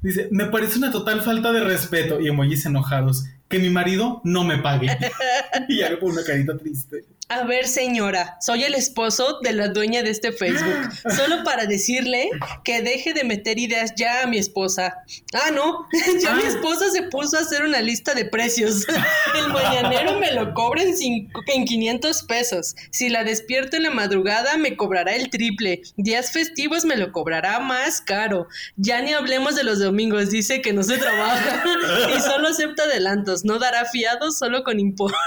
B: Dice, me parece una total falta de respeto y emojis enojados. Que mi marido no me pague. y ya le pone una carita triste.
A: A ver, señora, soy el esposo de la dueña de este Facebook. Solo para decirle que deje de meter ideas ya a mi esposa. Ah, no, ya mi esposa se puso a hacer una lista de precios. El mañanero me lo cobra en, cinco- en 500 pesos. Si la despierto en la madrugada, me cobrará el triple. Días festivos me lo cobrará más caro. Ya ni hablemos de los domingos, dice que no se trabaja y solo acepta adelantos. No dará fiados, solo con importe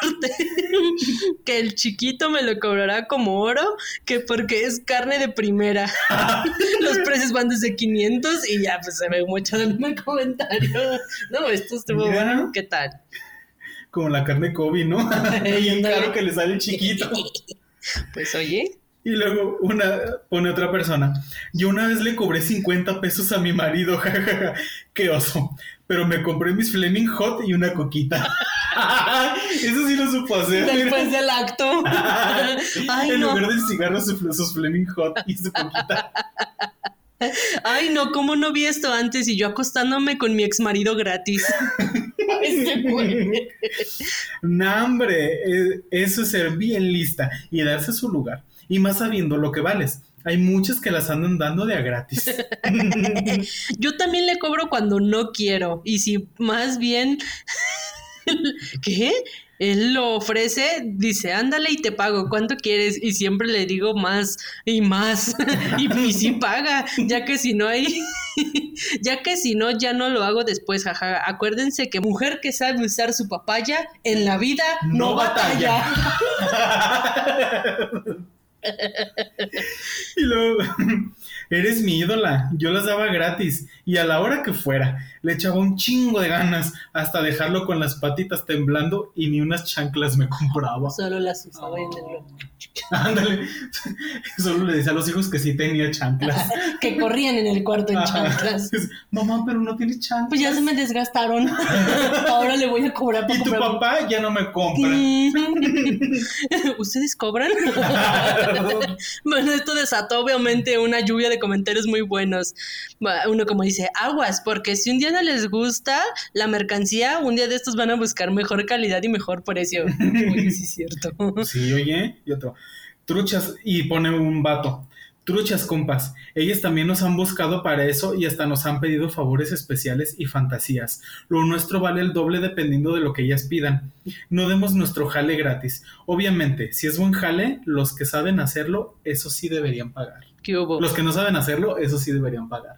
A: que el chiquito me lo cobrará como oro, que porque es carne de primera. Los precios van desde 500 y ya, pues se ve mucho en el comentario. No, esto estuvo
B: Mira.
A: bueno. ¿Qué tal?
B: Como la carne Kobe, ¿no? Bien claro que le sale el chiquito.
A: Pues oye,
B: Y luego una pone otra persona. Yo una vez le cobré 50 pesos a mi marido, jajaja. Qué oso. Pero me compré mis Fleming Hot y una coquita. Eso sí lo supo hacer. mira.
A: después del acto. Ay,
B: en
A: no.
B: lugar del cigarro, su, sus Fleming Hot y su coquita.
A: Ay, no, ¿cómo no vi esto antes? Y yo acostándome con mi ex marido gratis. Este güey.
B: Nah, hombre, eh, eso es ser bien lista y darse su lugar. Y más sabiendo lo que vales. Hay muchas que las andan dando de a gratis.
A: Yo también le cobro cuando no quiero. Y si más bien. ¿Qué? Él lo ofrece, dice, ándale y te pago, ¿cuánto quieres? Y siempre le digo más y más. y, y sí paga, ya que si no hay. ya que si no, ya no lo hago después, jaja. Acuérdense que mujer que sabe usar su papaya en la vida no,
B: No batalla.
A: batalla.
B: Y luego, eres mi ídola, yo las daba gratis y a la hora que fuera, le echaba un chingo de ganas hasta dejarlo con las patitas temblando y ni unas chanclas me compraba.
A: Solo las usaba en el-
B: Ándale, solo le decía a los hijos que sí tenía chanclas.
A: Que corrían en el cuarto en
B: Ajá.
A: chanclas.
B: Es, Mamá, pero no tienes chanclas.
A: Pues ya se me desgastaron. Ahora le voy a cobrar para
B: Y tu
A: comprar-
B: papá ya no me compra.
A: Mm. ¿Ustedes cobran? bueno, esto desató obviamente una lluvia de comentarios muy buenos. Va, Uno como dice, aguas, porque si un día no les gusta la mercancía, un día de estos van a buscar mejor calidad y mejor precio. Oye, sí es cierto.
B: Sí, oye, y otro. Truchas, y pone un vato. Truchas, compas. Ellas también nos han buscado para eso y hasta nos han pedido favores especiales y fantasías. Lo nuestro vale el doble dependiendo de lo que ellas pidan. No demos nuestro jale gratis. Obviamente, si es buen jale, los que saben hacerlo, eso sí deberían pagar.
A: ¿Qué hubo?
B: Los que no saben hacerlo, eso sí deberían pagar.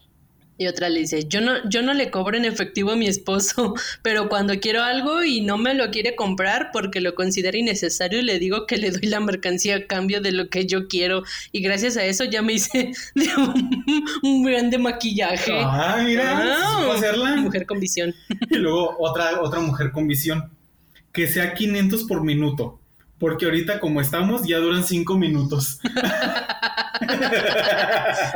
A: Y otra le dice, yo no, yo no le cobro en efectivo a mi esposo, pero cuando quiero algo y no me lo quiere comprar porque lo considera innecesario, le digo que le doy la mercancía a cambio de lo que yo quiero. Y gracias a eso ya me hice de un, un grande maquillaje.
B: Ah, mira,
A: Ah,
B: ¿supo hacerla.
A: Mujer con visión.
B: Y luego otra, otra mujer con visión. Que sea 500 por minuto. Porque ahorita como estamos ya duran 5 minutos.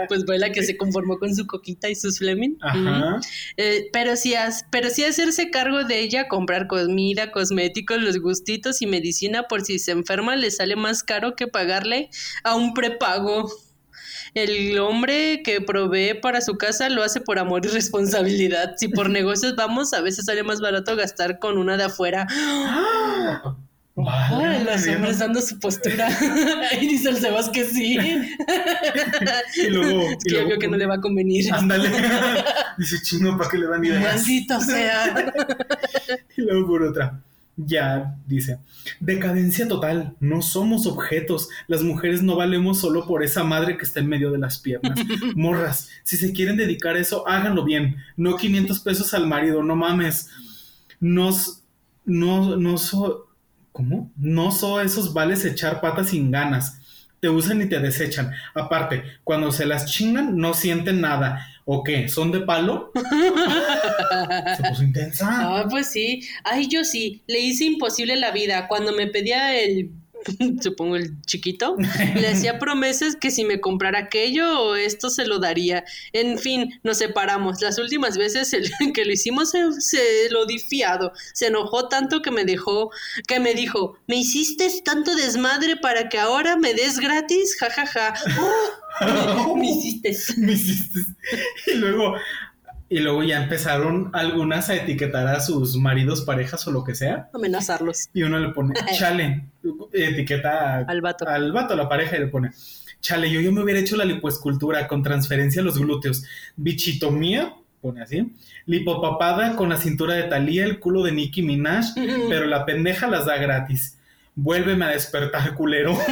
A: Pues fue la que se conformó con su coquita y sus Fleming.
B: Ajá.
A: Eh, pero sí, haz- pero sí hacerse cargo de ella, comprar comida, cosméticos, los gustitos y medicina por si se enferma le sale más caro que pagarle a un prepago. El hombre que provee para su casa lo hace por amor y responsabilidad. Si por negocios vamos, a veces sale más barato gastar con una de afuera.
B: Vale,
A: Ay, los
B: Ah, bien.
A: hombres dando su postura. y dice el Sebas que sí.
B: Y luego...
A: Es
B: y
A: que yo
B: luego- Ah,
A: creo que no le va a convenir.
B: Ándale. Dice, chino, ¿para qué le dan ideas?
A: Maldito sea.
B: Y luego por otra. Ya, dice. Decadencia total. No somos objetos. Las mujeres no valemos solo por esa madre que está en medio de las piernas. Morras, si se quieren dedicar a eso, háganlo bien. No 500 pesos al marido, no mames. No, s- no, no so- ¿Cómo? No so esos vales echar patas sin ganas. Te usan y te desechan. Aparte, cuando se las chingan, no sienten nada. ¿O qué? ¿Son de palo? se puso intensa.
A: Ah, pues sí. Ay, yo sí. Le hice imposible la vida. Cuando me pedía el, supongo el chiquito, le hacía promesas que si me comprara aquello o esto se lo daría. En fin, nos separamos. Las últimas veces el que lo hicimos se, se lo di fiado. Se enojó tanto que me dejó, que me dijo, me hiciste tanto desmadre para que ahora me des gratis. Ja, ja, ja. ¡Oh! me hiciste.
B: me hiciste. Y luego, y luego ya empezaron algunas a etiquetar a sus maridos, parejas o lo que sea.
A: Amenazarlos
B: Y uno le pone, chale, etiqueta a-
A: al vato.
B: al vato, a la pareja, y le pone, chale, yo, yo me hubiera hecho la lipoescultura con transferencia a los glúteos, bichitomía, pone así, lipopapada con la cintura de Talía, el culo de Nicki Minaj, pero la pendeja las da gratis. Vuélveme a despertar, culero.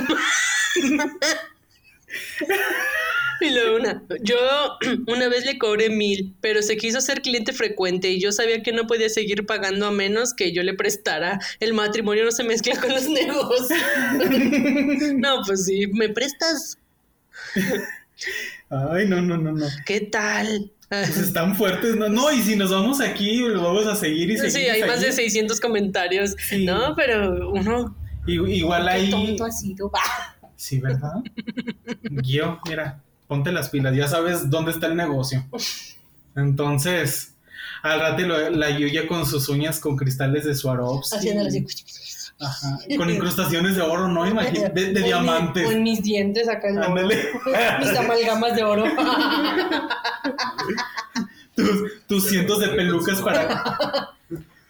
A: Y luego una, yo una vez le cobré mil, pero se quiso ser cliente frecuente y yo sabía que no podía seguir pagando a menos que yo le prestara. El matrimonio no se mezcla con los negocios. no, pues sí, ¿me prestas?
B: Ay, no, no, no, no.
A: ¿Qué tal?
B: Pues están fuertes, ¿no? No, y si nos vamos aquí, lo vamos a seguir y seguir.
A: Sí,
B: y
A: hay más de
B: seguir.
A: 600 comentarios.
B: Sí.
A: No, pero uno...
B: I- igual
A: Qué
B: ahí.
A: tonto ha sido.
B: Sí, ¿verdad? Guío, mira, ponte las pilas, ya sabes dónde está el negocio. Entonces, al rato lo- la Yuya con sus uñas con cristales de Swarovski.
A: Haciéndole así.
B: Ajá, Con incrustaciones de oro, ¿no? Imagínate, de, de
A: O en mi-
B: diamantes.
A: o en mis dientes acá en la-
B: Ándale.
A: Mis amalgamas de oro.
B: tus, tus cientos de pelucas para.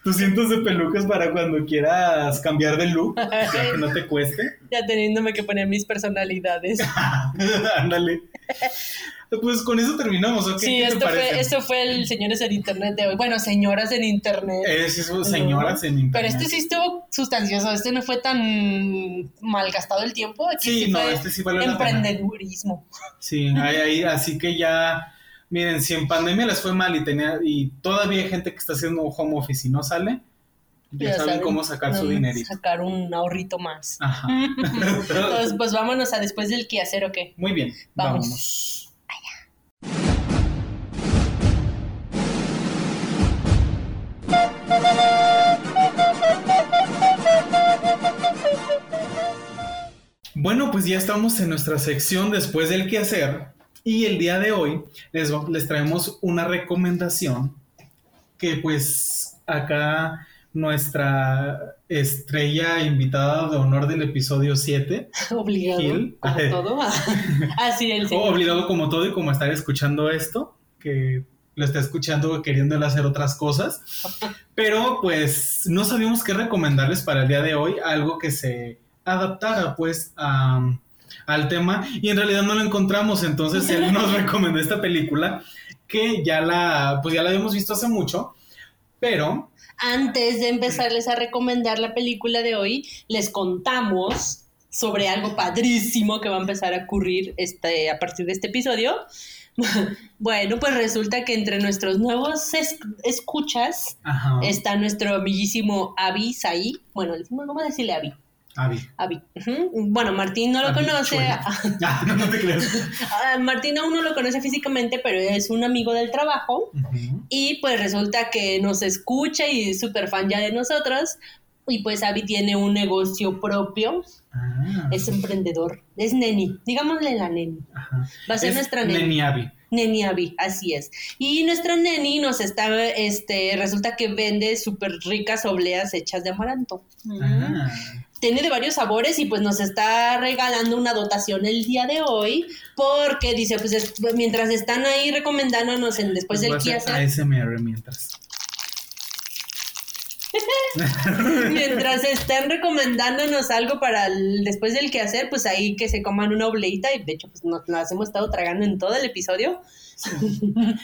B: Tus cientos de pelucas para cuando quieras cambiar de look, ya que no te cueste.
A: ya teniéndome que poner mis personalidades.
B: Ándale. Pues con eso terminamos, ¿ok?
A: Sí,
B: ¿Qué te
A: esto fue,
B: parece?
A: esto fue el Señores en Internet de hoy. Bueno, señoras en Internet.
B: Eh, Es eso, señoras en internet.
A: Pero este sí estuvo sustancioso. Este no fue tan malgastado el tiempo. Aquí
B: Sí,
A: sí
B: no,
A: fue
B: este sí vale la pena.
A: emprendedurismo.
B: Sí, ahí, ahí, así que ya, miren, si en pandemia les fue mal y tenía, y todavía hay gente que está haciendo home office y no sale, ya, saben, cómo sacar su dinerito.
A: Mm, Sacar un ahorrito más.
B: Ajá.
A: Entonces, pues vámonos a después del quehacer o qué.
B: Muy bien,
A: Vamos.
B: vámonos. Bueno, pues ya estamos en nuestra sección después del quehacer y el día de hoy les, va- les traemos una recomendación que pues acá nuestra estrella invitada de honor del episodio 7
A: Obligado
B: Gil.
A: a todo. Así el
B: O
A: señor.
B: obligado como todo y como estar escuchando esto, que lo está escuchando queriéndole hacer otras cosas. Pero pues no sabíamos qué recomendarles para el día de hoy, algo que se adaptara pues a- al tema y en realidad no lo encontramos, entonces él nos recomendó esta película que ya la pues ya la habíamos visto hace mucho, pero
A: Antes de empezarles a recomendar la película de hoy, les contamos sobre algo padrísimo que va a empezar a ocurrir este, a partir de este episodio. Bueno, pues resulta que entre nuestros nuevos es- escuchas
B: ajá,
A: está nuestro amiguísimo Avi Saí. Bueno, le decimos, vamos a decirle Avi.
B: Abby.
A: Avi. Ujú. Bueno, Martín no lo
B: Avi
A: conoce.
B: Chueca. Ah, no, no te creas.
A: Ah, Martín aún no lo conoce físicamente, pero es un amigo del trabajo.
B: Ujú.
A: Y pues resulta que nos escucha y es súper fan ya de nosotros. Y pues Abby tiene un negocio propio,
B: Ah,
A: es emprendedor, es neni, digámosle la neni.
B: ajá.
A: Va a ser
B: Es
A: nuestra neni.
B: Neni Abby.
A: Neni Abby, así es. Y nuestra neni nos está, este, resulta que vende súper ricas obleas hechas de amaranto.
B: Ah.
A: tiene de varios sabores y pues nos está regalando una dotación el día de hoy porque dice pues es- mientras están ahí recomendándonos en después del
B: Voy Pues a hacer
A: quehacer
B: ASMR mientras.
A: mientras están recomendándonos algo para el- después del quehacer pues ahí que se coman una obleita y de hecho pues nos las hemos estado tragando en todo el episodio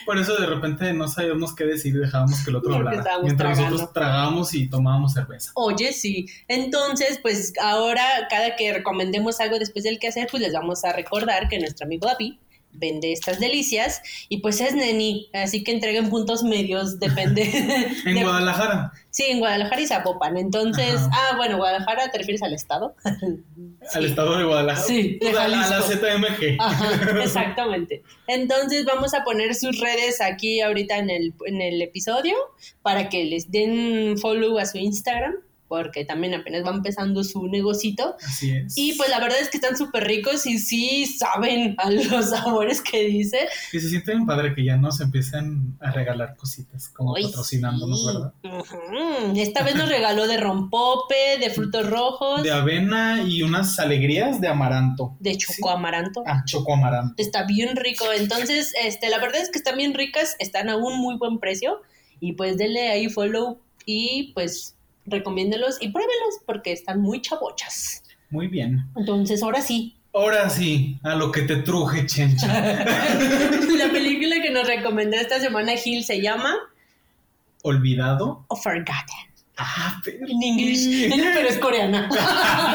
B: Por eso de repente no sabíamos qué decir y dejábamos que el otro
A: Porque
B: hablara.
A: estábamos
B: Mientras
A: tragando.
B: nosotros tragábamos y tomábamos cerveza.
A: Oye, sí. Entonces, pues ahora cada que recomendemos algo después del quehacer, pues les vamos a recordar que nuestro amigo Abby vende estas delicias y pues es neni, así que entreguen puntos medios, depende.
B: En
A: de-
B: Guadalajara,
A: Sí, en Guadalajara y Zapopan. Entonces,
B: Ajá.
A: ah, bueno, Guadalajara, ¿te refieres al estado?
B: al estado de Guadalajara. Pues,
A: Sí, de
B: a, la- a la
A: Jalisco. Ah.
B: ZMG.
A: Ajá, exactamente. Entonces vamos a poner sus redes aquí ahorita en el, en el episodio para que les den follow a su Instagram, porque también apenas va empezando su negocito.
B: Así es.
A: Y pues la verdad es que están súper ricos y sí saben a los sabores que dice.
B: Y se siente bien padre que ya nos empiecen a regalar cositas, como
A: Ay,
B: patrocinándonos,
A: sí.
B: ¿verdad?
A: Ujú. Esta vez nos regaló de rompope, de frutos rojos,
B: De
A: de,
B: avena y unas alegrías de amaranto.
A: choco amaranto.
B: Ah, choco amaranto.
A: Está bien rico. Entonces, este, la verdad es que están bien ricas, están a un muy buen precio. Y pues denle ahí follow y pues recomiéndelos y pruébenlos porque están muy chabochas.
B: Muy bien.
A: Entonces, ahora sí.
B: Ahora sí, a lo que te truje, chencha.
A: la película que nos recomendó esta semana Gil se llama
B: ¿Olvidado?
A: O Forgotten.
B: Ah, pero...
A: En inglés, pero es coreana.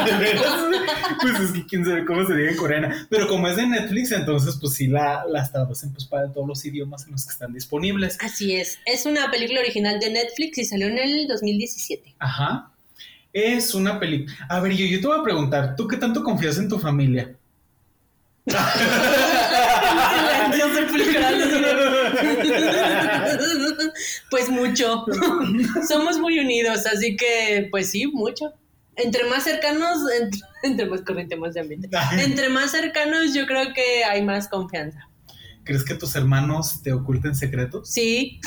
B: ¿De veras? pues es que quién sabe cómo se diga en coreana. Pero como es de Netflix, entonces pues sí la, las traducen pues para todos los idiomas en los que están disponibles.
A: Así es. Es una película original de Netflix y salió en el 2017.
B: Ajá. Es una película. A ver, yo, yo te voy a preguntar, ¿tú qué tanto confías en tu familia? Ah,
A: pues mucho. Somos muy unidos, así que pues sí, mucho. Entre más cercanos, entre, entre más corriente, más de ambiente. Entre más cercanos, yo creo que hay más confianza.
B: ¿Crees que tus hermanos te oculten secretos?
A: Sí,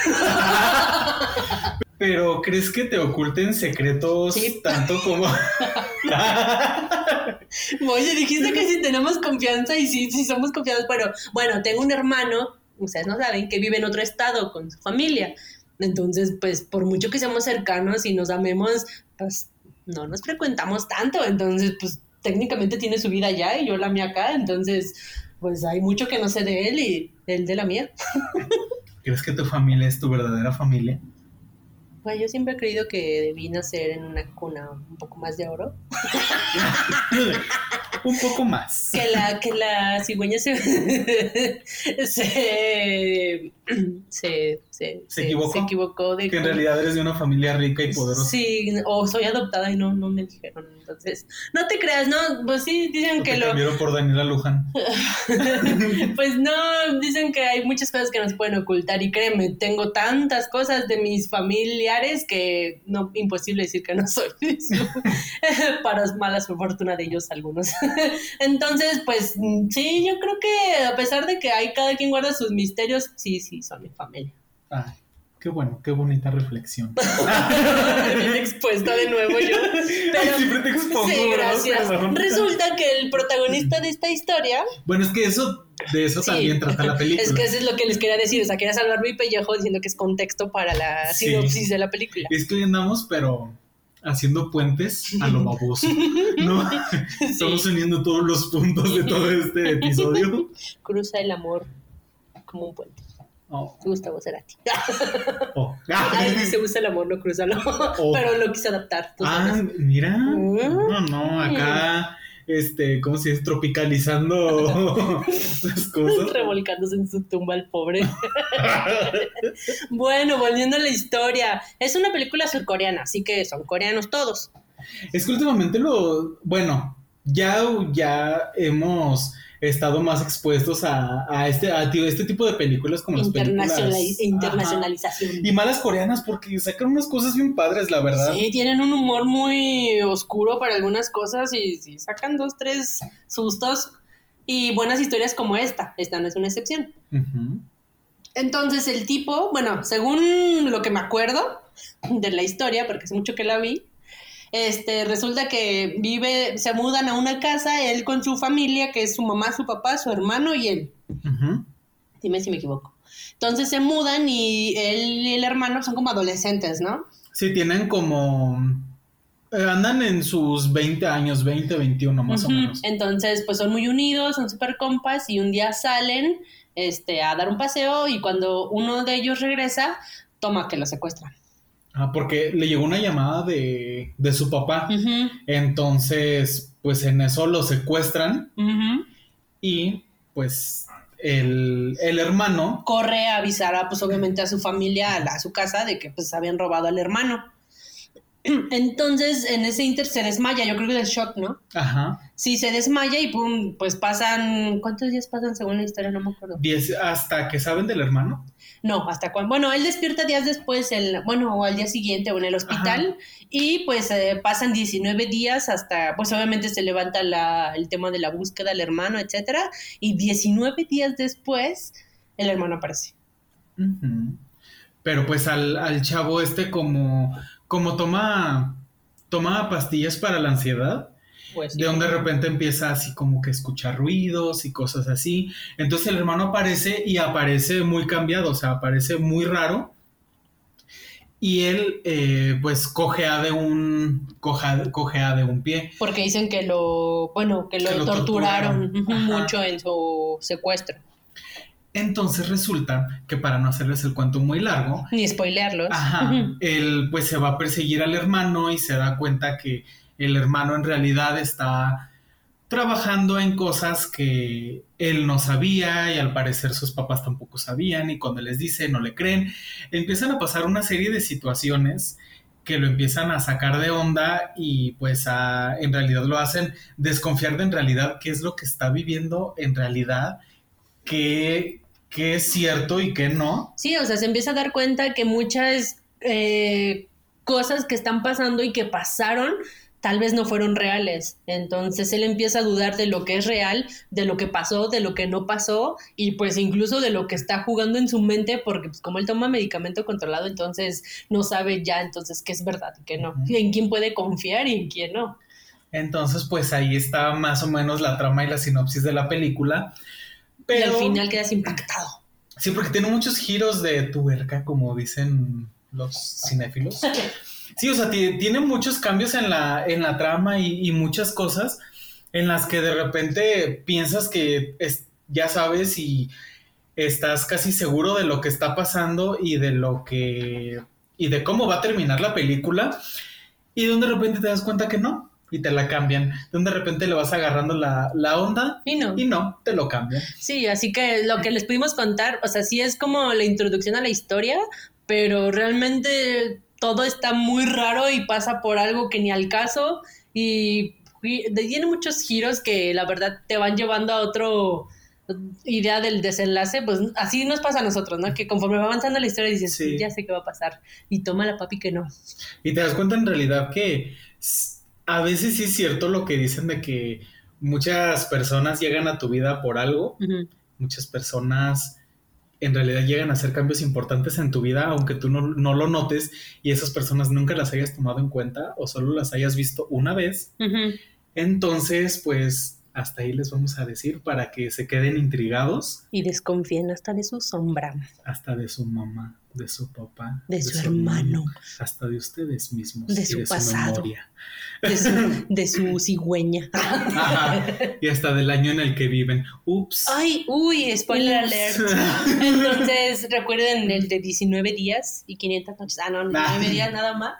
B: Pero ¿crees que te oculten secretos
A: Sí.
B: tanto como...
A: oye, dijiste que si tenemos confianza y sí, sí somos confiados, pero bueno, tengo un hermano, ustedes no saben, que vive en otro estado con su familia. Entonces, pues por mucho que seamos cercanos y nos amemos, pues no nos frecuentamos tanto. Entonces, pues técnicamente tiene su vida allá y yo la mía acá. Entonces, pues hay mucho que no sé de él y él de la mía.
B: ¿Crees que tu familia es tu verdadera familia?
A: Pues yo siempre he creído que debí nacer en una cuna un poco más de oro.
B: Un poco más.
A: Que la, que la cigüeña se, se, se, se,
B: ¿Se equivocó?
A: equivocó de
B: Que en
A: cómo-
B: realidad eres de una familia rica y poderosa.
A: Sí, o soy adoptada y no, no me dijeron. Entonces, no te creas, no, pues sí, dicen que
B: Te
A: lo.
B: cambiaron por Daniela Luján.
A: pues no, dicen que hay muchas cosas que nos pueden ocultar y créeme, tengo tantas cosas de mis familiares que no imposible decir que no soy eso. para mala su fortuna de ellos algunos. Entonces, pues mm, sí, yo creo que a pesar de que hay cada quien guarda sus misterios, sí, sí, son mi familia.
B: Ay, qué bueno, qué bonita reflexión.
A: Bien expuesta de nuevo yo.
B: Ay,
A: Pero-
B: siempre te expongo,
A: Sí,
B: ¿verdad?
A: gracias.
B: Perdón.
A: Resulta que el protagonista de esta historia
B: Bueno, es que eso, de eso
A: Sí.
B: también trata la película.
A: Es que eso es lo que les quería decir, o sea, quería salvar mi pellejo diciendo que es contexto para la
B: Sí.
A: sinopsis de la película.
B: Es que hoy andamos, pero haciendo puentes a lo baboso. ¿no? Estamos uniendo todos los puntos de todo este episodio.
A: Cruza el amor como un puente.
B: Oh,
A: Gustavo Cerati.
B: oh.
A: Ay, dice usa el amor, no cruza el amor,
B: Oh.
A: pero lo quise adaptar. tú
B: Ah,
A: sabes.
B: mira.
A: pues, Mm.
B: No, no, acá, este, ¿cómo se dice? Tropicalizando las cosas.
A: Revolcándose en su tumba el pobre. bueno, volviendo a la historia. Es una película surcoreana, así que son coreanos todos.
B: Es que últimamente lo, bueno, ya, ya hemos estado más expuestos a, a este, a ti- este tipo de películas como las películas
A: Internacionali-
B: Ajá.
A: internacionalización.
B: Y malas coreanas porque sacan unas cosas bien padres, la verdad.
A: Sí, tienen un humor muy oscuro para algunas cosas y, sí, sacan dos, tres sustos y buenas historias como esta. Esta no es una excepción.
B: Ujú.
A: Entonces el tipo, bueno, según lo que me acuerdo de la historia, porque hace mucho que la vi, este, resulta que vive, se mudan a una casa, él con su familia, que es su mamá, su papá, su hermano y él.
B: Ujú.
A: Dime si me equivoco. Entonces se mudan y él y el hermano son como adolescentes, ¿no?
B: Sí, tienen como... eh, andan en sus 20 años, 20, 21 más o
A: Ujú.
B: menos.
A: Entonces, pues son muy unidos, son súper compas y un día salen este, a dar un paseo y cuando uno de ellos regresa, toma que lo secuestran.
B: Ah, porque le llegó una llamada de, de su papá.
A: Ujú,
B: Entonces, pues en eso lo secuestran
A: ujú.
B: y pues el, el hermano...
A: Corre a avisar, a, pues obviamente a su familia, a, la- a su casa, de que pues habían robado al hermano. Entonces, en ese inter se desmaya, yo creo que del shock, ¿no?
B: Ajá.
A: Sí, se desmaya y pum, pues pasan, ¿cuántos días pasan según la historia? No me acuerdo.
B: diez- hasta que saben del hermano.
A: No, hasta cuando. Bueno, él despierta días después, en, bueno, o al día siguiente o en el hospital, y pues eh, pasan 19 días hasta, pues obviamente se levanta la- el tema de la búsqueda del hermano, etcétera, y 19 días después el hermano aparece.
B: Ujú. Pero pues al, al chavo este como, como toma, toma pastillas para la ansiedad,
A: Pues,
B: de donde de repente empieza así como que escucha ruidos y cosas así. Entonces el hermano aparece y aparece muy cambiado, o sea, aparece muy raro. Y él eh, pues cojea de un, coja- cojea de un pie.
A: Porque dicen que lo, bueno, que lo,
B: Que lo
A: torturaron,
B: torturaron.
A: ujú,
B: Ajá.
A: mucho en su secuestro.
B: Entonces resulta que para no hacerles el cuento muy largo,
A: Ni spoilearlos.
B: Ajá.
A: Ujú.
B: Él pues se va a perseguir al hermano y se da cuenta que el hermano en realidad está trabajando en cosas que él no sabía y al parecer sus papás tampoco sabían y cuando les dice no le creen. Empiezan a pasar una serie de situaciones que lo empiezan a sacar de onda y pues a- en realidad lo hacen desconfiar de en realidad qué es lo que está viviendo en realidad, qué, qué es cierto y qué no.
A: Sí, o sea, se empieza a dar cuenta que muchas eh, cosas que están pasando y que pasaron tal vez no fueron reales. Entonces él empieza a dudar de lo que es real, de lo que pasó, de lo que no pasó y pues incluso de lo que está jugando en su mente porque pues como él toma medicamento controlado, entonces no sabe ya entonces qué es verdad y qué no.
B: Ujú.
A: En quién puede confiar y en quién no.
B: Entonces, pues ahí está más o menos la trama y la sinopsis de la película. Pero
A: Y al final quedas impactado.
B: sí, porque tiene muchos giros de tuerca, como dicen los cinéfilos. Sí, o sea, ti- tiene muchos cambios en la, en la trama y, y muchas cosas en las que de repente piensas que es- ya sabes y estás casi seguro de lo que está pasando y de lo que y de cómo va a terminar la película y donde de repente te das cuenta que no, y te la cambian. Entonces de repente le vas agarrando la, la onda
A: Y no.
B: y no, te lo cambian.
A: Sí, así que lo que les pudimos contar, o sea, sí es como la introducción a la historia, pero realmente todo está muy raro y pasa por algo que ni al caso y, y tiene muchos giros que la verdad te van llevando a otro idea del desenlace, pues así nos pasa a nosotros, ¿no? Que conforme va avanzando la historia dices,
B: Sí.
A: ya sé qué va a pasar y toma la papi que no.
B: Y te das cuenta en realidad que s- a veces sí es cierto lo que dicen de que muchas personas llegan a tu vida por algo,
A: Ujú.
B: muchas personas en realidad llegan a hacer cambios importantes en tu vida, aunque tú no, no lo notes y esas personas nunca las hayas tomado en cuenta o solo las hayas visto una vez.
A: Ujú.
B: Entonces, pues hasta ahí les vamos a decir para que se queden intrigados
A: Y desconfíen hasta de su sombra,
B: hasta de su mamá, de su papá,
A: de, su, hermano,
B: hasta de ustedes mismos,
A: De
B: y
A: su pasado. de su, de su cigüeña.
B: Ajá, Y hasta del año en el que viven. Ups.
A: Ay, uy, spoiler alert. Entonces, recuerden el de 19 días y 500 noches. Ah, no, 19
B: Ah.
A: días nada más.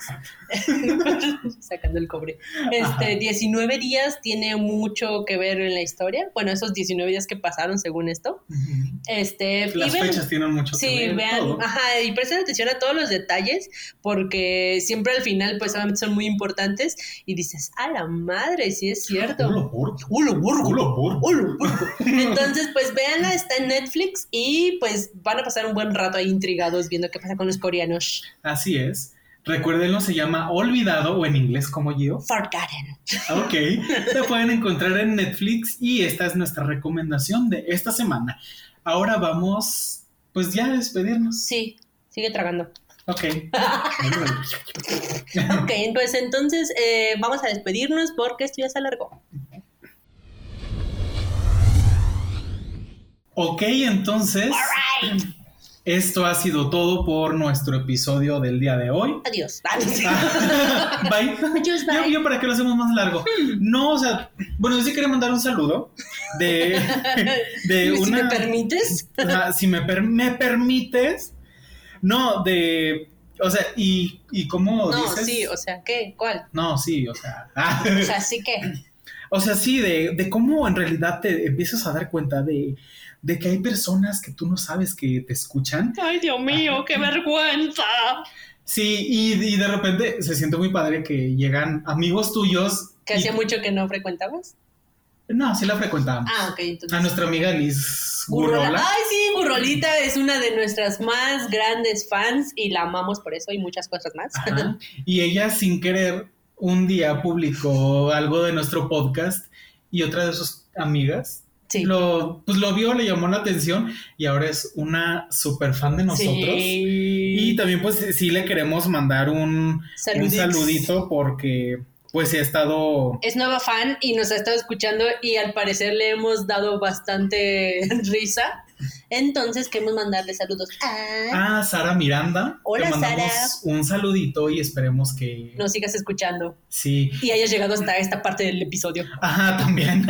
A: Sacando el cobre.
B: Ajá.
A: Este, 19 días tiene mucho que ver en la historia. Bueno, esos 19 días que pasaron según esto.
B: Ujú.
A: Este, y
B: Las
A: vean-
B: fechas tienen mucho que
A: Sí,
B: ver,
A: vean,
B: todo.
A: ajá, y presten atención a todos los detalles, porque siempre al final, pues obviamente son muy importantes, y dices, a la madre, sí es cierto.
B: Ulo burgo. Ulo burgo.
A: Ulo burgo. Entonces, pues véanla, está en Netflix y pues van a pasar un buen rato ahí intrigados viendo qué pasa con los coreanos.
B: Así es. Recuérdenlo, se llama Olvidado o en inglés como yo.
A: Forgotten.
B: Ok. La pueden encontrar en Netflix y esta es nuestra recomendación de esta semana. Ahora vamos, pues ya a despedirnos.
A: Sí, sigue tragando.
B: Ok.
A: Ok, pues entonces eh, vamos a despedirnos porque esto ya se alargó.
B: ok, entonces
A: Alright.
B: esto ha sido todo por nuestro episodio del día de hoy.
A: Adiós. Ah,
B: Ah, bye.
A: Just
B: Yo-
A: bye. Hmm.
B: Yo, para qué lo hacemos más largo. No, o sea, bueno, yo sí quería mandar un saludo de,
A: si
B: de eh, una.
A: me permites.
B: o sea, si me, per- me permites. No, de. O sea, y, y cómo
A: No,
B: dices.
A: sí, o sea, ¿qué? ¿Cuál?
B: No, sí, o sea. ah.
A: O sea, sí que.
B: O sea, sí, de, de cómo en realidad te empiezas a dar cuenta de, de que hay personas que tú no sabes que te escuchan.
A: Ay, Dios mío, qué vergüenza.
B: Sí, y, y de repente se siente muy padre que llegan amigos tuyos.
A: Que
B: y-
A: hacía mucho que no frecuentabas.
B: No, sí la frecuentábamos.
A: Ah, ok, entonces.
B: a nuestra amiga Liz
A: Gurrola.
B: Gurrola.
A: Ay, sí, Gurrolita es una de nuestras más grandes fans y la amamos por eso y muchas cosas más.
B: Ajá. Y ella sin querer un día publicó algo de nuestro podcast y otra de sus amigas
A: Sí.
B: lo, pues lo vio, le llamó la atención y ahora es una super fan de nosotros. Y
A: Sí.
B: también pues sí le queremos mandar un, un
A: Saludix.
B: saludito porque pues sí ha estado...
A: Es nueva fan y nos ha estado escuchando y al parecer le hemos dado bastante risa. Entonces queremos mandarle saludos. Ah,
B: Ah, Sara Miranda.
A: Hola,
B: te mandamos
A: Sara.
B: un saludito y esperemos que...
A: Nos sigas escuchando
B: Sí,
A: y hayas llegado hasta esta parte del episodio.
B: Ajá, también.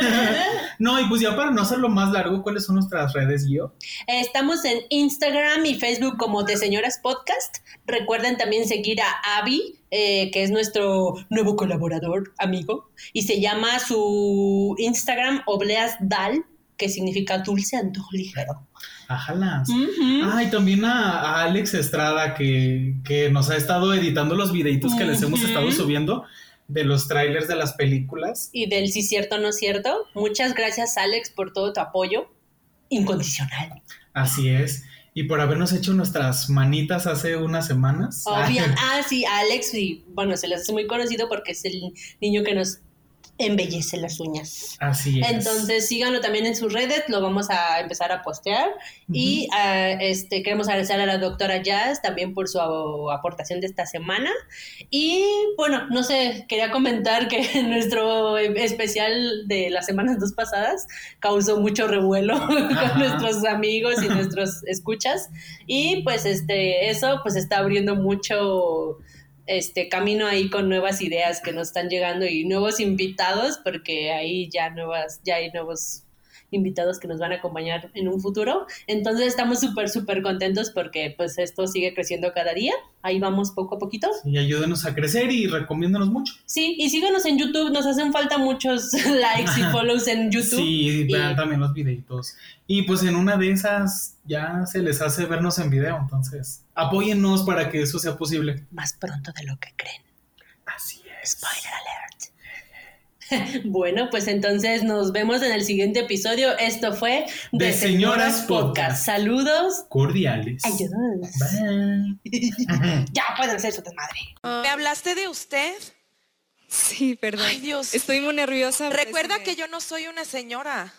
B: no, y pues ya para no hacerlo más largo, ¿cuáles son nuestras redes, Guío?
A: Estamos en Instagram y Facebook como De Señoras Podcast. Recuerden también seguir a Abby, eh, que es nuestro nuevo colaborador, amigo, y se llama su Instagram Obleas Dal, que significa dulce antojo ligero.
B: Ajalas.
A: Ujú.
B: Ah, y también a, a Alex Estrada, que, que nos ha estado editando los videitos que les hemos
A: Ujú.
B: estado subiendo de los trailers de las películas.
A: Y del sí cierto, no cierto. Muchas gracias, Alex, por todo tu apoyo incondicional.
B: Así es. Y por habernos hecho nuestras manitas hace unas semanas.
A: Obvio. Ah, sí, Alex, y bueno, se les hace muy conocido porque es el niño que nos embellece las uñas.
B: Así es.
A: Entonces síganlo también en sus redes, lo vamos a empezar a postear. Y ah, este, queremos agradecer a la doctora Jazz también por su a- aportación de esta semana. Y bueno, no sé, quería comentar que en nuestro especial de las semanas dos pasadas causó mucho revuelo
B: Ajá.
A: con nuestros amigos y nuestros escuchas. Y pues este, eso pues está abriendo mucho este camino ahí con nuevas ideas que nos están llegando y nuevos invitados porque ahí ya nuevas ya hay nuevos invitados que nos van a acompañar en un futuro. Entonces estamos súper, súper contentos porque pues esto sigue creciendo cada día. Ahí vamos poco a poquito.
B: Y ayúdenos a crecer y recomiéndanos mucho.
A: Sí, y síganos en YouTube. Nos hacen falta muchos likes y follows en YouTube.
B: Sí,
A: Y-
B: vean también los videitos. Y pues en una de esas ya se les hace vernos en video, entonces apóyennos para que eso sea posible.
A: Más pronto de lo que creen.
B: Así es.
A: Spoiler alert. Bueno, pues entonces nos vemos en el siguiente episodio. Esto fue
B: De Señoras Podcast.
A: Saludos.
B: Cordiales.
A: Ayudos.
B: Bye.
A: Ya pueden ser su desmadre.
F: ¿Me hablaste de usted?
G: Sí, perdón.
F: Ay, Dios.
G: Estoy muy nerviosa. pues,
F: Recuerda
G: me-
F: que yo no soy una señora.